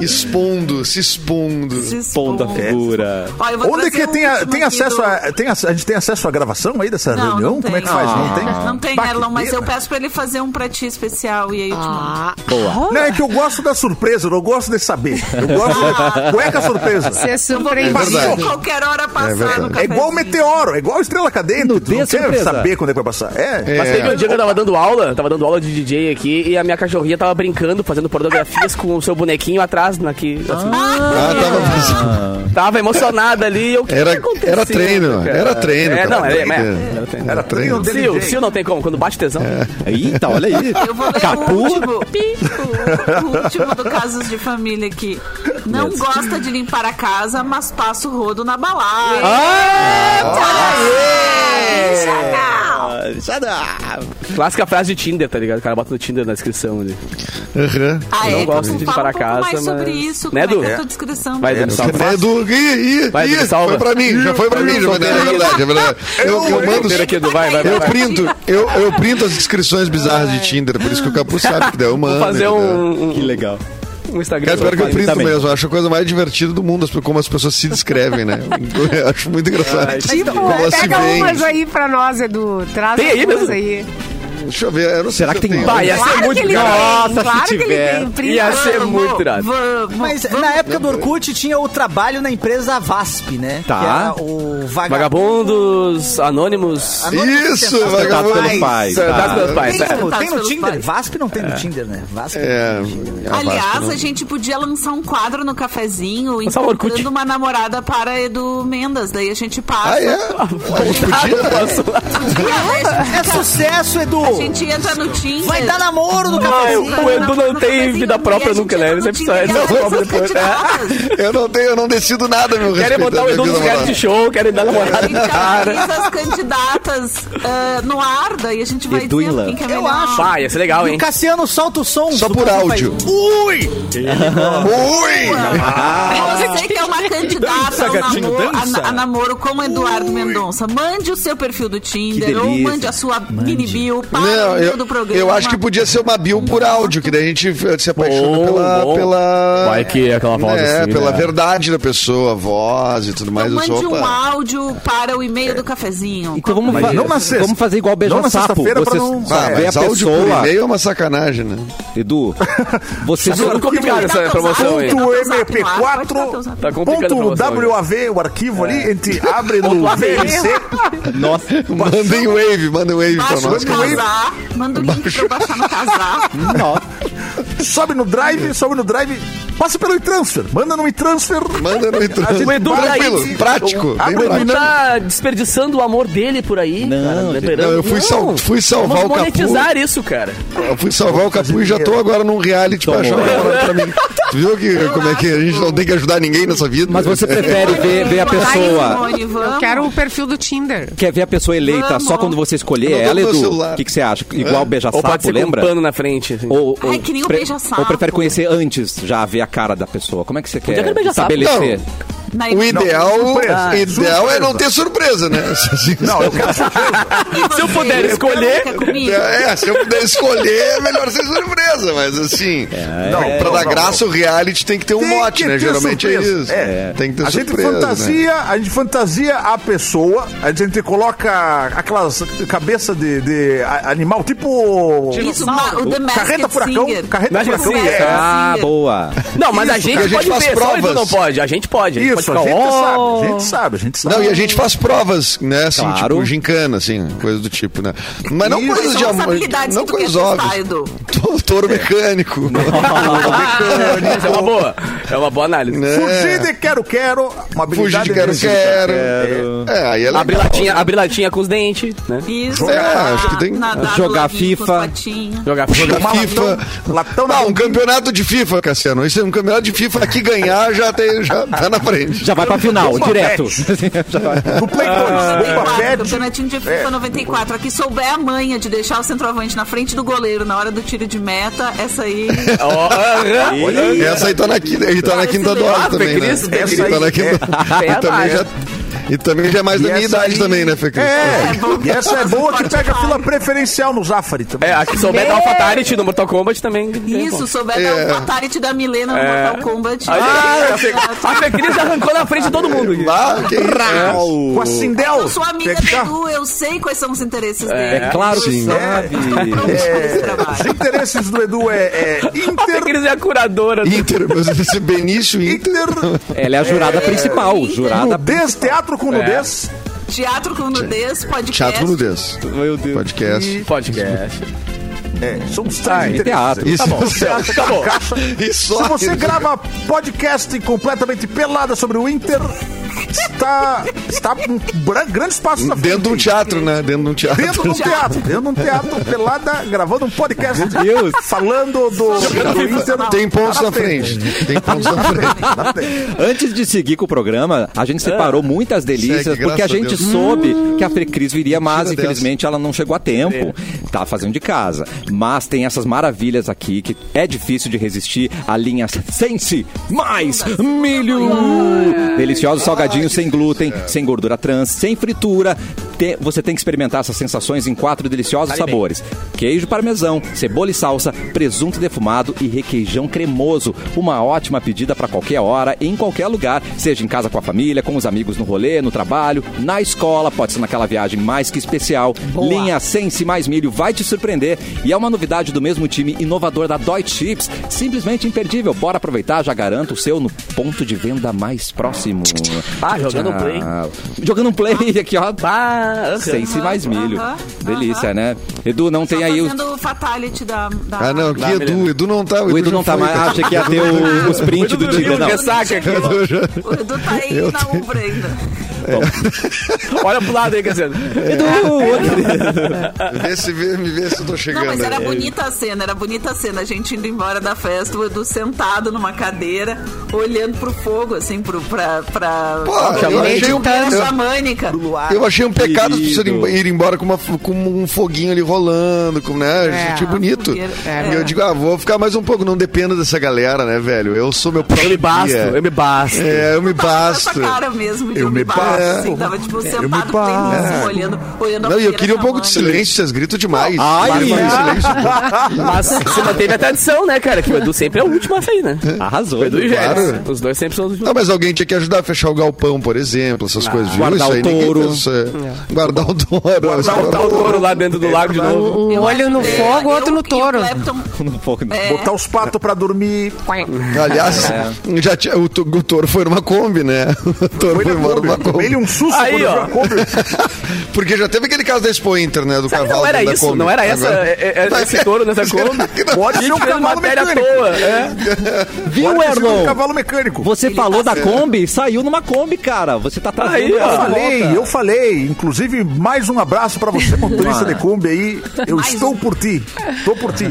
F: Expondo, se expondo.
D: Se
A: Ponta
D: expondo.
A: figura.
D: Ó, eu vou trazer
G: Onde que
D: um
G: tem, a,
D: último
G: tem
D: aqui
G: acesso
D: do-
G: a, tem a. A gente tem acesso à gravação aí dessa
D: Não,
G: reunião?
D: não
G: Como é que
D: tem.
G: faz? Não
A: Ah.
G: tem?
D: Não tem,
G: Bah, que
D: Erlon, mas
G: pena.
D: eu peço pra ele fazer um pra ti especial e aí eu te mando.
A: Boa.
G: Não, é que eu gosto da surpresa, eu não gosto de saber. Eu gosto
D: Ah.
G: da cueca surpresa.
B: Você é
D: Eu vou
B: surpreendido.
D: pedir
F: verdade.
D: qualquer hora
F: É
D: passar
F: verdade.
D: no café.
G: É igual meteoro, é igual estrela cadente. tu
A: Nudez
G: não quer
A: surpresa.
G: saber quando é que vai passar. É.
C: Mas
F: É.
C: teve um dia que eu tava dando aula, tava dando aula de DJ aqui, e a minha cachorrinha tava brincando, fazendo pornografias com o seu bonequinho atrás, na, que, assim,
F: Ah, tava fazendo.
G: Ah.
C: tava emocionada ali. Eu, o que
F: Era,
C: que aconteceu,
F: era treino,
C: cara?
F: era treino.
C: É, não,
F: cara.
C: era, é, era treino.
G: Era treino dele. É.
C: Sil, Sil não tem como, quando bate tesão.
A: Eita, olha aí.
D: Eu vou ler o
A: Capu.
G: [laughs]
D: último. O, o último do Casos de Família aqui. Não gosta de limpar a casa, mas passa o rodo na balada.
A: Ah,
D: Ai,
A: Xadá.
C: Clássica frase de Tinder, tá ligado? O cara bota no Tinder na descrição ali.
F: Aham.
D: Ah,
C: não
D: é,
C: gosto de ir para
D: fala um pouco
C: casa,
D: mais sobre
C: mas-
D: isso,
C: Né,
D: como
C: Du?
D: é que é a
C: É.
D: tua descrição?
C: Vai, Edu, salva.
F: É do... Ih, ih,
C: Vai,
F: ih,
C: Edu, salva.
F: foi pra mim, já foi pra mim, já foi, é verdade,
C: [laughs]
F: é verdade. Eu, eu mando,
C: Aqui, Edu, vai, vai, vai,
F: eu
C: vai.
F: printo, eu, eu printo as descrições bizarras de Tinder, por isso que o Capu sabe que daí eu mando.
C: Vou fazer
F: entendeu?
C: um,
A: Que
C: um,
A: legal.
C: um Instagram.
F: Cara, pior né? que eu printo
A: Também.
F: mesmo, eu acho a coisa mais divertida do mundo, as- como as pessoas se descrevem, né? [laughs] Eu acho muito engraçado.
B: Tipo,
F: Como elas se
B: pega
F: veem.
B: umas aí pra nós, Edu. Traz
C: Tem aí
B: algumas
C: mesmo?
B: aí.
F: Deixa eu ver, eu não sei
A: Será
F: se
A: que tem
F: eu tenho.
A: mais?
C: Vai, ia ser
B: Claro que
C: muito
B: ele
C: irado.
B: tem,
A: Nossa,
B: claro
A: se
B: que
A: tiver.
B: ele tem. Prima.
C: Ia
G: é
C: ser muito irado.
D: Vamos,
E: Mas na época do Orkut tinha o trabalho na empresa VASP, né?
A: Tá.
E: Que era o
C: Vagabundos, anônimos.
F: Isso,
E: Tentados
C: tá
A: Tentado
F: vagabundo.
A: pelo Tá pai.
C: Saudades
A: Tá.
C: meus pais.
E: Tem no,
C: é.
E: tem
D: Tentados
E: no
D: pelos
E: Tinder?
D: pais.
E: VASP não tem no Tinder, né? VASP
F: É, né? a Vasco
D: Aliás,
F: não-
D: a gente podia lançar um quadro no cafezinho
C: Lançar um Orkut.
D: encontrando uma namorada para Edu Mendas. Daí a gente passa.
F: Ah, é?
D: [laughs]
F: A gente podia.
E: É sucesso, Edu!
D: A gente entra no Tinder.
E: Vai dar namoro no
C: Ai,
E: cafezinho!
C: o Edu não tem vida própria nunca, né? Ele sempre só [laughs] é descobre depois. né?
F: Eu não tenho, eu não decido nada, meu
C: Querem botar o Edu nos reality show, querem dar
D: A
C: namorada
D: gente
C: no [laughs] cara.
D: analisa as candidatas ah, no ar, daí a gente vai
A: Edu
D: dizendo
A: Ilan.
D: quem que é
E: Eu
D: melhor.
E: acho.
C: Pai, ia ser legal,
E: E
C: hein?
E: o Cassiano solta o som.
F: Só
E: do
F: por
E: Cassiano
F: áudio.
E: faz, um- Ui!
F: Ui!
D: Você que é uma candidata ao
A: gatinho,
D: namoro- a,
A: dança.
D: a namoro com Eduardo Mendonça, mande o seu perfil do
A: Que
D: Tinder ou
A: delícia.
D: mande a sua mini bio para
F: Não,
D: o
F: eu,
D: do programa.
F: eu acho que podia ser uma bio por áudio, que daí a gente eh, se apaixona
C: Bom,
F: pela,
C: bom.
F: pela.
C: Vai que é aquela voz
F: É,
C: assim,
F: pela
C: né?
F: verdade da pessoa, a voz e tudo mais.
D: Então
F: eu sou,
D: mande um
F: opa.
D: áudio para o e-mail do cafezinho.
A: Então vamos,
G: Mas
A: fa-
G: não na sexta.
A: vamos fazer igual
G: Não
A: beija
G: na
A: sapo.
G: sexta-feira pra
A: Você
G: não-
A: só
F: Ah,
A: vê a
F: mas áudio por
A: pessoa.
F: e-mail é uma sacanagem,
C: [laughs]
F: né?
A: Edu, você
C: Tá sendo complicado essa promoção aí.
G: Ponto
C: Tá
G: MP4,
C: complicado
G: ponto
C: a promoção,
G: WAV, o arquivo
C: É.
G: ali, entre
C: [laughs]
G: abre no
C: AV.
G: VLC.
A: Nossa,
F: Mandem um wave, mandem wave pra
D: Baixa
F: nós.
D: no
F: que eu-
D: casar. Manda o link pra eu baixar no casar.
G: sobe no drive, sobe no drive, passa pelo e-transfer, manda no e-transfer.
F: Manda
C: Ah,
F: no Twitter.
C: O Edu
F: Tranquilo,
C: daí-
F: prático. bem
C: O Edu
F: prático.
C: tá desperdiçando o amor dele por aí.
A: Não,
C: cara,
A: gente.
F: Não, eu fui, sal- fui salvar
C: Vamos
F: o Capu.
C: monetizar isso, cara.
F: Eu fui salvar o Capu e já tô agora num reality pra achar
A: Tomou.
F: uma namorada pra mim. Tu viu que, como é que a gente não tem que ajudar ninguém nessa vida? né?
A: mas você prefere ver, ver a
D: Vai,
A: pessoa.
D: Simone, vamos.
B: Eu quero o perfil do Tinder.
A: Quer ver a pessoa eleita
D: Vamos.
A: só quando você escolher
F: Eu não tô
A: ela,
F: com meu
A: Edu?
F: celular.
A: O que, que você acha? Igual beija
C: Ou pode
A: sapo,
C: ser com um
A: lembra?
C: pano na frente. assim.
A: Ou, ou,
D: Ai, que nem o beija-sapo.
A: ou prefere conhecer antes, já ver a cara da pessoa? Como é que você quer
C: que era beija-sapo.
A: estabelecer?
D: Na
F: O ideal,
G: surpresa.
F: o ideal é não ter surpresa, né?
G: Não, [laughs] eu quero
C: Se eu puder escolher-
D: Fica comigo.
F: [laughs] É, se eu puder escolher, é melhor ser surpresa, mas assim,
A: É,
G: Não,
F: pra
G: não,
F: dar
G: não,
F: graça, o reality tem que ter um
G: Tem
F: mote,
G: que
F: né?
G: ter
F: Geralmente
G: surpresa.
F: é isso.
G: É.
F: Tem que ter
G: a gente
F: surpresa. né?
G: fantasia, a gente fantasia a pessoa, a gente coloca aquelas cabeça de, de a- animal, tipo
D: Isso, ma- o The Masked
G: carreta furacão,
D: Singer.
G: carreta
C: Masked
G: furacão.
C: Singer.
G: É.
A: Ah,
D: Sim.
A: boa.
C: Não, mas a
F: Isso,
C: gente
F: cara, a
C: pode
F: gente faz
C: ver, só o Edu
F: provas.
C: não pode. A gente pode. A gente
G: Isso, a
C: pode
G: gente
C: ficar, "Oh".
G: sabe, a gente sabe, a gente sabe.
F: Não, e a gente faz provas, né? Assim,
A: Claro.
F: tipo gincana, assim, coisa do tipo, né? Mas não
G: Isso.
F: coisas de
D: São as
F: amor.
D: habilidades
F: Não
D: que tu
F: coisas
D: quer testar,
F: óbvias.
D: Edu.
F: To-
A: É. [laughs]
F: Touro mecânico. Tá
C: Mas Ah,
F: então.
C: é uma boa. É uma boa análise.
F: né?
G: Fugir de quero quero, uma
F: Fugir
G: habilidade
F: de quero, quero. É, aí é
C: Abrir
F: legal.
C: latinha, abrir latinha com os dentes, né?
D: Isso.
F: É, acho que tem-
D: nadar no
A: Jogar
D: laguinho com os
A: FIFA.
D: patinhos.
C: Jogar
F: [laughs] Jogar
C: jogar-
F: FIFA.
G: latão na
F: Não, um [laughs]
G: boquinha.
F: campeonato de FIFA, Cassiano. Isso é um campeonato de FIFA que ganhar já, tem, já tá na frente.
A: Já vai pra final,
G: Opa,
A: direto. Já vai.
G: do Play 2,
C: Ah,
G: Bomba
C: é.
D: 94,
G: Pet.
D: campeonatinho de FIFA 94. Aqui souber a manha de deixar o centroavante na frente do goleiro na hora do tiro de meta, essa aí.
C: Ó, aham.
F: Essa aí tá na quinta, e tá na quinta do
C: Ah,
F: hora também, né?
C: Cristo,
F: Essa
G: Cristo.
F: tá na quinta.
C: É.
F: [laughs] E também já, e também já é mais da minha
G: essa
F: idade
G: aí-
F: também, né, Fê Cristo?
G: É,
D: É bom.
G: e essa é boa que
D: Pode
G: pega
D: falar.
G: fila preferencial no Zafari também.
C: É, a que souber dar um fatality no Mortal Kombat também. é bom.
D: Isso, souber dar
F: É.
D: o fatality da Milena no Mortal Kombat.
C: Ah, a Fê-
D: Exato.
C: a Fê Cris arrancou na frente de todo mundo. aqui.
F: Ah, que isso.
G: Com a Sindel.
D: Eu sou amiga
G: Tem que
D: do
G: dar-
D: Edu, eu sei quais são os interesses dele. um
A: É claro que
F: Sim.
A: sabe.
D: Esse
G: É, Os
D: trabalho.
G: interesses do Edu é, é
D: [laughs]
C: A Fê
G: Inter,
C: Cris é a curadora. do-
F: Inter, mas esse é Benício
G: [laughs]
F: Inter.
G: Inter,
A: Ela é a jurada principal, jurada.
G: nudez, teatro com nudez.
D: Teatro com nudez, podcast. tá
F: Teatro no Deus.
A: Meu Deus.
F: Podcast.
C: Podcast.
G: É, são os três
A: E
G: interesses. Tá
A: teatro.
F: Isso.
C: Acabou.
F: E
G: Se
F: só
G: você grava podcast completamente pelada sobre o Inter, está, está um bra- grande espaço na frente.
F: Dentro de um teatro, né? Dentro de um teatro.
G: Dentro de um teatro, dentro de um teatro, pelada, gravando um podcast.
A: Deus.
G: Falando do. do Inter.
F: um Tem pontos na frente. um Tem pontos na frente.
A: Antes de seguir com o programa, a gente separou muitas delícias,
F: É. Segue,
A: porque a
F: graças a
A: gente
F: Deus. Hum.
A: soube que a Frecris viria, mas
F: Mentira
A: infelizmente ela não chegou a tempo. Tá fazendo de casa. Mas tem essas maravilhas aqui que é difícil de resistir. A linha Sense mais milho.
F: Ah,
A: Deliciosos salgadinhos sem glúten, sem gordura trans, sem fritura. Te- Você tem que experimentar essas sensações em quatro deliciosos
C: Vale bem.
A: sabores sabores: queijo parmesão, cebola e salsa, presunto defumado e requeijão cremoso. Uma ótima pedida para qualquer hora, em qualquer lugar, seja em casa com a família, com os amigos no rolê, no trabalho, na escola, pode ser naquela viagem mais que especial. Linha Sense mais milho vai te surpreender e é uma novidade do mesmo time inovador da Dói Chips, simplesmente imperdível. Bora aproveitar, já garanto o seu no ponto de venda mais
D: [laughs]
A: próximo.
C: Ah, jogando um play.
A: Ah, Jogando um play [laughs] aqui, ó.
C: Ah, aham.
A: Sense mais milho.
D: aham,
A: Delícia, né? Edu, não tem
D: Tá
A: aí os
D: fazendo o fatality da... da...
F: Ah, não, que Edu, Edu não tá.
A: O Edu não tá
F: foi,
A: mais.
F: cara.
A: Achei que ia ter o- os prints do Tinder, não.
C: Ressaca aqui.
F: Edu já-
D: O Edu tá aí
F: Eu
D: na
F: tenho-
D: Umbra ainda.
C: Olha pro lado aí, Cassiano.
F: Vê se, vê, me vê se eu tô
D: Não,
F: chegando.
D: mas era
F: aí.
D: bonita a cena, era bonita a cena. A gente indo embora da festa, o Edu sentado numa cadeira, olhando pro fogo, assim, pro, pra, pra
F: Pô,
D: pra
F: eu achei um-
D: cadeira
F: eu-
D: xamânica.
F: Eu achei um pecado as pessoas
A: Querido.
F: irem- ir embora com, uma, com um foguinho ali rolando, com, né? Eu senti bonito.
D: É, fogueira. é,
F: E eu digo, ah, vou ficar mais um pouco, não dependa dessa galera, né, velho? Eu sou meu próprio.
C: Eu me basto,
F: guia.
C: eu me basto.
F: É, eu me
D: Tava com essa
F: basto.
D: cara mesmo, de
F: Eu
D: eu
F: me
D: me
F: É.
D: basto,
F: basto.
D: assim, tava tipo
G: me
D: sentado com a luz,
G: basto.
D: olhando, olhando a
F: É. Não, e eu
D: fogueira
F: queria um pouco de
D: xamânica.
F: silêncio, vocês gritam demais.
A: Ai,
F: Para de fazer
A: ai.
F: silêncio.
C: Mas você manteve a tradição, né, cara? Que o Edu sempre é o último a sair, né?
A: Arrasou.
C: O Edu e
F: Claro.
C: Jéssica. Os dois sempre são os últimos.
F: Não, mas alguém tinha que ajudar a fechar o galpão, por exemplo, essas
G: Ah,
F: coisas. Viu?
A: guardar
F: Isso
A: o
F: aí ninguém
A: touro.
F: pensa.
C: É.
F: Guardar o touro. Guardar
C: Botar o touro lá dentro do lago de novo.
B: Um olho no
D: É, né?
B: fogo,
D: eu
B: outro
D: e
B: no
D: o
B: touro.
D: Clapton-
A: Um pouco.
D: É.
G: Botar os patos pra dormir.
F: Aliás, já tinha- o, to- o touro foi numa Kombi, né? [laughs] O touro foi,
G: É. Foi na
F: embora
G: Kombi.
F: numa
G: Tomei
F: Kombi.
G: ele um susto
C: Aí,
G: quando eu
C: ó.
G: vi a Kombi.
F: [laughs] Porque já teve aquele caso da Expo Inter, né? Do
C: Sabe,
F: cavalo
C: não era
F: dentro da
C: isso,
F: Kombi.
C: não era essa,
F: Agora-
C: é- é- é esse touro nessa Kombi.
G: Pode ser um
C: Fez
G: cavalo
C: matéria à
G: mecânico.
C: toa. É.
A: Viu,
G: Pode ter sido um
A: Erlon?
G: cavalo mecânico.
A: Você falou
D: tá
A: da Kombi, saiu numa Kombi, cara. Você tá trazendo.
C: Aí, ó.
A: essa
G: Eu
A: volta.
G: falei, eu falei. Inclusive, mais um abraço pra você, motorista de Kombi aí. Eu estou por ti. Estou por ti.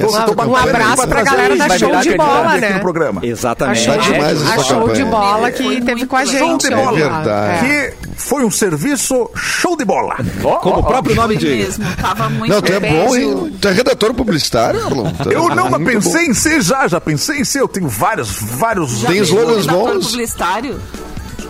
G: Tô-
F: Essa tua
G: tô bacana
B: Um
F: campanha
G: aí
B: abraço pra
G: trazer
B: galera da
G: mais
B: Show
G: gente
B: de
G: aqui
B: Bola,
G: no
B: né?
G: programa.
B: A
A: Exatamente. É
B: show,
F: Tá demais essa
B: a show de
F: campanha.
B: bola que
D: Foi
B: teve
D: muito
B: com a
D: show de
B: gente.
G: bola.
F: É verdade.
G: Que foi um serviço show de bola.
A: Como o
F: é
A: próprio nome diz.
D: Mesmo, tava muito
F: Não, tu é
D: bem.
F: bom, hein? Tu é redator publicitário, Arlon? Tu é
G: Eu não, mas
F: muito
G: pensei em ser já, já pensei em ser. Eu tenho vários, vários.
D: Já
F: Tem
D: beijou
F: slogans
D: o redator
F: bons?
D: publicitário?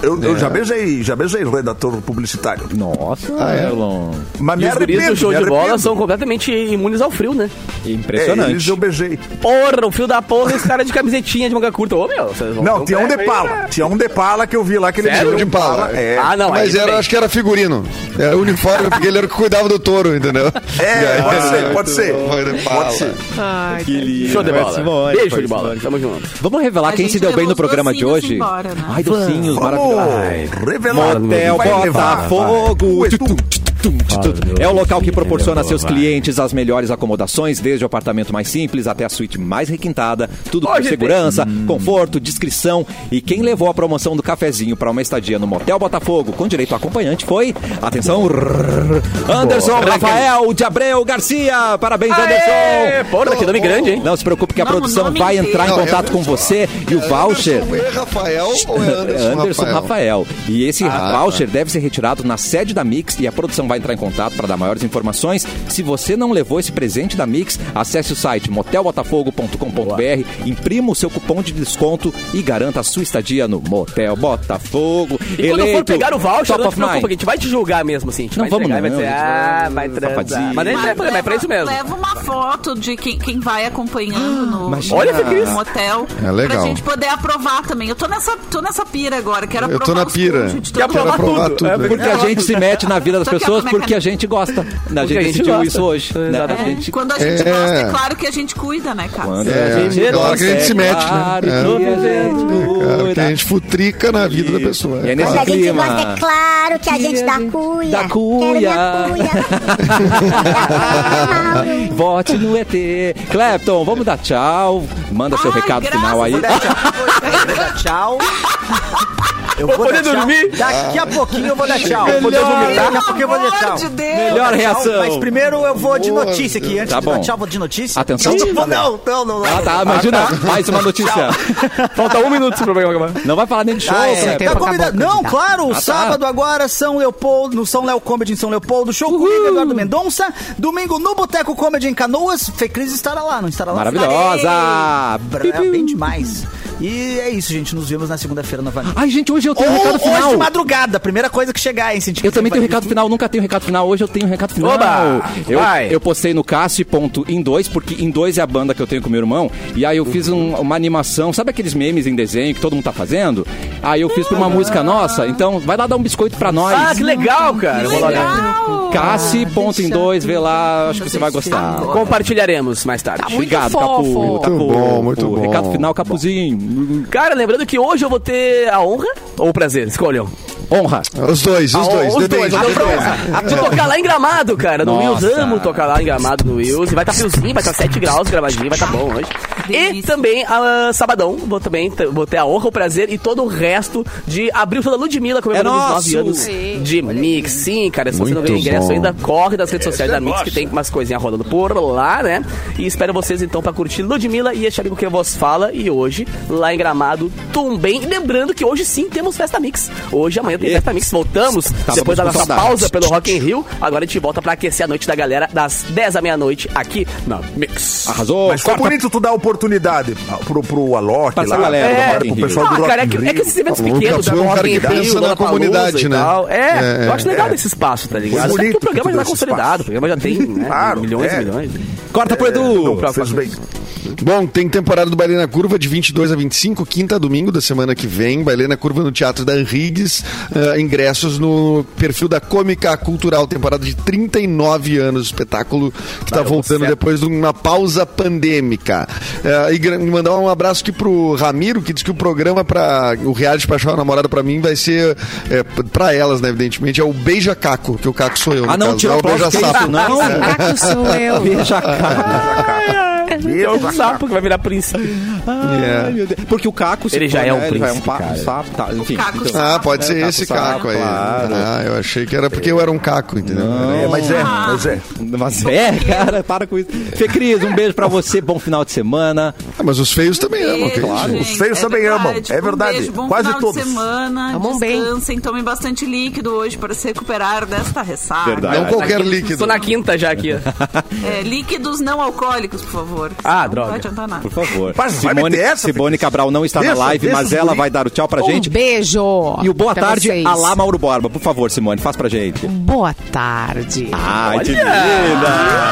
G: Eu, eu já beijei, já beijei o redator publicitário.
A: Nossa,
F: Ah, é?
A: Erlon.
G: Mas me
C: E os guris
G: arrependo,
C: do show
G: me
C: de bola
G: arrependo.
C: são completamente imunes ao frio, né?
G: É, eles
A: Impressionante.
G: eu beijei.
C: Porra, o frio da porra e os caras de camisetinha de manga curta. Ô, meu. vocês vão-
G: Não,
C: vão
G: tinha um
C: Então pega
G: de
C: aí,
G: pala.
C: cara.
G: Tinha um de pala que eu vi lá que ele
C: Sério?
G: beijou
F: Um De pala.
G: É.
C: Ah, não.
F: Mas
C: aí tudo
F: era,
C: bem.
F: acho que era figurino. Era uniforme, porque ele era o que cuidava do touro, entendeu?
G: É,
F: E aí-
G: pode ser, pode ser.
F: Foi de bala.
G: Pode ser.
B: Ai,
A: Que lindo.
C: Show de
A: Foi
C: bola.
A: Simone, foi
C: Beijo, show de bola.
A: Simone.
C: Tamo junto.
A: Vamos revelar
D: A
A: quem
D: gente
A: se deu bem
D: levou
A: no
D: os
A: programa de
D: docinhos
A: hoje?
D: embora, né?
A: Ai, docinhos maravilhosos. Ai.
G: Vamos revelar.
A: Motel
G: Vai levar.
A: Botafogo.
G: Vai.
A: Tum, tum, tum, tum. É o local que proporciona a seus clientes as melhores acomodações, desde o apartamento mais simples até a suíte mais requintada, tudo com
C: Hoje tem.
A: segurança,
C: hum.
A: conforto, discrição. E quem levou a promoção do cafezinho para uma estadia no Motel Botafogo com direito a acompanhante foi, atenção, rrr, Anderson Rafael de Abreu Garcia. Parabéns,
C: Aê,
A: Anderson.
C: porra, que nome grande, hein?
A: Não se preocupe que a
D: Não, o
A: produção
D: nome
A: vai
D: inteiro.
A: entrar em
F: Não, é
A: contato com
F: Anderson.
A: você e o
F: É
A: voucher
F: Anderson, é Rafael ou é Anderson,
A: Anderson
F: Rafael?
A: Rafael. E esse voucher deve ser retirado na sede da Mix e a produção vai entrar em contato para dar maiores informações. Se você não levou esse presente da Mix, acesse o site motelbotafogo.com.br, imprima o seu cupom de desconto e garanta a sua estadia no Motel Botafogo.
C: E quando for pegar o voucher, né? um
A: top
C: não
A: of
C: te preocupa, que a
A: mind.
C: gente vai te julgar mesmo, assim. A gente
A: Não
C: vai
A: vamos
C: entregar e
A: não,
C: vai dizer,
A: gente.
C: ah, vai transar.
A: Safadinho.
C: Mas a gente vai pra- vai pra isso mesmo.
D: leva uma foto de quem, quem vai acompanhando no, no,
C: Olha, Fê Cris.
D: no hotel.
F: Ah, É legal.
D: Pra gente poder aprovar também. Eu tô nessa, tô nessa pira agora. Quero
F: Eu
D: aprovar
F: tô na
D: os
F: pira.
D: conjuntos de
C: Quer
D: todo mundo.
C: aprovar
F: aprovar
C: tudo.
F: tudo,
C: É,
F: né?
A: Porque a gente se mete na vida das
D: Só que a
A: pessoas
D: boneca-
A: porque a gente gosta. A gente
C: a gente
A: decidiu
C: gosta.
A: isso hoje. né?
C: Exatamente.
A: A
D: É,
A: gente-
D: Quando a gente
F: É.
D: gosta, é claro que a gente cuida, né, cara?
A: Quando
F: É, é claro que a gente se mete,
A: Claro
F: né?
A: que a gente
F: É, Cara, que a
A: cuida.
F: gente futrica na vida da pessoa. né?
A: E é nesse
H: Quando a gente
A: clima.
H: gosta, é claro que a gente dá cuia.
A: Dá cuia.
H: Quero minha cuia.
A: Ah, Vote no ET. Clapton, vamos dar tchau. Manda é seu
D: Ai,
A: recado
E: É,
D: graças
A: final aí.
D: a Deus.
E: tchau. Eu
C: Vou poder
E: dar tchau.
C: dormir?
E: Daqui a pouquinho eu vou dar tchau. Vou
F: Melhor.
E: [laughs] Daqui a pouquinho eu vou um
D: Pelo
E: dar
D: amor
E: tchau.
D: de Deus.
A: Melhor reação.
E: Mas primeiro eu vou de notícia aqui. Antes
A: Tá
E: de dar
A: bom.
E: tchau, vou de notícia. Então,
A: Atenção.
E: Não, não, não, não, não.
A: Ah, tá, imagina, mais uma notícia.
C: Falta um minuto pro programa acabar.
A: Não vai falar nem de show,
E: Ah, é,
A: né?
E: tá
B: tempo,
E: convidado.
B: acabou,
E: Não,
B: acabou.
E: claro,
A: tá.
E: sábado agora, São Leopoldo, no São Léo Comedy em São Leopoldo, show comigo, Eduardo Mendonça. Domingo no Boteco Comedy em Canoas. Fecris estará lá, não estará lá?
A: Maravilhosa!
E: Estarei. Bra- Bem demais. E é isso, gente. Nos vemos na segunda-feira novamente.
A: Ai, gente, hoje eu tenho um
E: Ou
A: recado final.
E: hoje de madrugada, primeira coisa que chegar, hein, Cintia?
A: Eu também tenho um recado final, nunca tenho recado final, hoje eu tenho recado final.
C: Oba!
A: Eu,
C: Vai.
A: eu postei no Cássio ponto em dois, porque em dois é a banda que eu tenho com meu irmão. E aí eu fiz um- uma animação, sabe aqueles memes em desenho que todo mundo tá fazendo? Aí eu fiz pra uma música nossa, então vai lá dar um biscoito pra nós.
C: Ah, que legal, cara. Vou lá olhar.
A: né?
B: Legal!
A: Cassi ponto em dois, vê lá, acho que você vai gostar.
C: né? Compartilharemos mais
A: Tá
C: tarde.
B: Muito fofo.
A: Capu.
F: Muito bom, muito bom.
A: Recado final, Capuzinho.
C: Cara, lembrando que hoje eu vou ter a honra ou o prazer, escolham.
A: Honra.
F: Os dois, os dois.
C: Os
F: depende,
C: dois, eu dou pra
F: depende.
A: [laughs]
C: honra. Vou tocar lá em Gramado, cara, no
A: Nossa.
C: Wills. Amo tocar lá em Gramado, no Wills. E Vai estar friozinho, vai estar 7 graus, gravadinho, vai estar bom hoje. E
D: Delícia.
C: também, ah, sabadão, vou também t- vou ter a honra, o prazer e todo o resto de abrir o show da Ludmilla, comemorando
A: É
C: os
A: nosso.
C: 9 anos
B: Sim.
C: de Mix. Sim, cara, se você não
F: Muito
C: ganhou ingresso
F: bom.
C: ainda, corre nas redes sociais da Mix, que tem umas coisinhas rolando por lá, né? E espero vocês, então, pra curtir Ludmilla e este amigo que eu vos fala. E hoje, lá em Gramado, também. E lembrando que hoje sim temos Festa Mix. Hoje, amanhã tem Festa Mix. Voltamos
A: Tava
C: depois da
A: com
C: nossa
A: saudades.
C: pausa pelo Rock in Rio. Agora a gente volta pra aquecer a noite da galera das 10 à meia-noite aqui na Mix.
A: Arrasou.
G: Mas foi
A: corta.
G: bonito tu dar oportunidade pro, pro Alok
A: Pra essa
G: lá,
A: galera do
G: pra-
A: Rock in
G: pro
A: Rio.
G: pessoal do
C: Ah,
G: Rock
C: cara, é
G: in
C: que, é que
G: Rio.
C: esses eventos
F: Falou que
C: pequenos,
F: tu é um
C: o Rock
F: cara
C: in
F: que
C: Rio,
F: dança na
C: Lollapalooza
F: comunidade,
C: e
F: né?
C: tal. É,
F: É,
C: eu acho legal
F: é.
C: desse espaço, tá ligado?
G: Foi
C: Até que
G: bonito
C: o programa já
G: que
C: tá
G: deu esse
C: consolidado,
G: espaço.
C: o programa já tem né,
G: Claro,
C: milhões e
G: é.
C: milhões. É,
A: Corta pro
G: Não,
A: Edu.
G: fez bem.
F: Bom, tem temporada do Baile na Curva de 22 a 25, quinta a domingo da semana que vem. Baile na Curva no Teatro da Henrigues. Ah, ingressos no perfil da Cômica Cultural, temporada de 39 anos. Espetáculo que tá voltando depois de uma pausa pandêmica. Ah, e gra- mandar um abraço aqui pro Ramiro, que diz que o programa para o reality pra achar uma namorada pra mim vai ser, é, pra elas, né, evidentemente, é o Beija Caco, que o Caco sou eu. no
A: Ah, não,
F: caso.
A: tira
F: é
A: a
F: o
A: prova,
F: Beija
A: que é isso,
F: Sapo.
A: não.
B: Caco sou eu.
A: Veja cá.
C: É um sapo que vai virar príncipe.
F: é.
A: Ai, meu Deus. Porque o Caco... se
C: Ele já
A: for,
C: é um
A: né, Ele vai um
C: príncipe,
A: papo,
C: cara.
A: sapo, tá, enfim.
D: Caco
A: então.
F: Ah, pode ser
A: Caco
F: esse
A: sapo,
F: caco aí.
A: claro.
F: Ah, eu achei que era porque eu era um caco, entendeu?
G: É, mas é, mas é.
A: Mas é, cara, para com isso. Fê Cris, um beijo pra você, bom final de semana.
F: Ah, mas os feios também amam,
D: Beijo,
F: ok?
G: Os
D: gente.
G: feios também amam,
D: verdade.
G: é verdade.
D: Um beijo, bom
G: Quase
D: final
G: todos.
D: De semana,
B: Amam bem.
D: descansem, tomem bastante líquido hoje para se recuperar desta ressaca.
A: Verdade.
F: Não qualquer
C: Tô
F: Um líquido.
C: na quinta já aqui. ó.
D: É, líquidos não alcoólicos, por favor.
C: Ah,
D: não
C: droga.
D: vai adiantar nada.
A: Por favor.
G: Mas vai
A: Simone,
G: meter essa,
A: Simone Cabral não está
G: Deixa-
A: na live,
G: deixa
A: mas
G: os
A: ela
G: guri.
A: vai dar o tchau pra gente.
B: Um beijo.
A: E o boa
B: pra
A: tarde
B: vocês.
A: a Lá Mauro Borba. Por favor, Simone, faz pra gente.
B: Boa tarde.
A: Ai, que linda!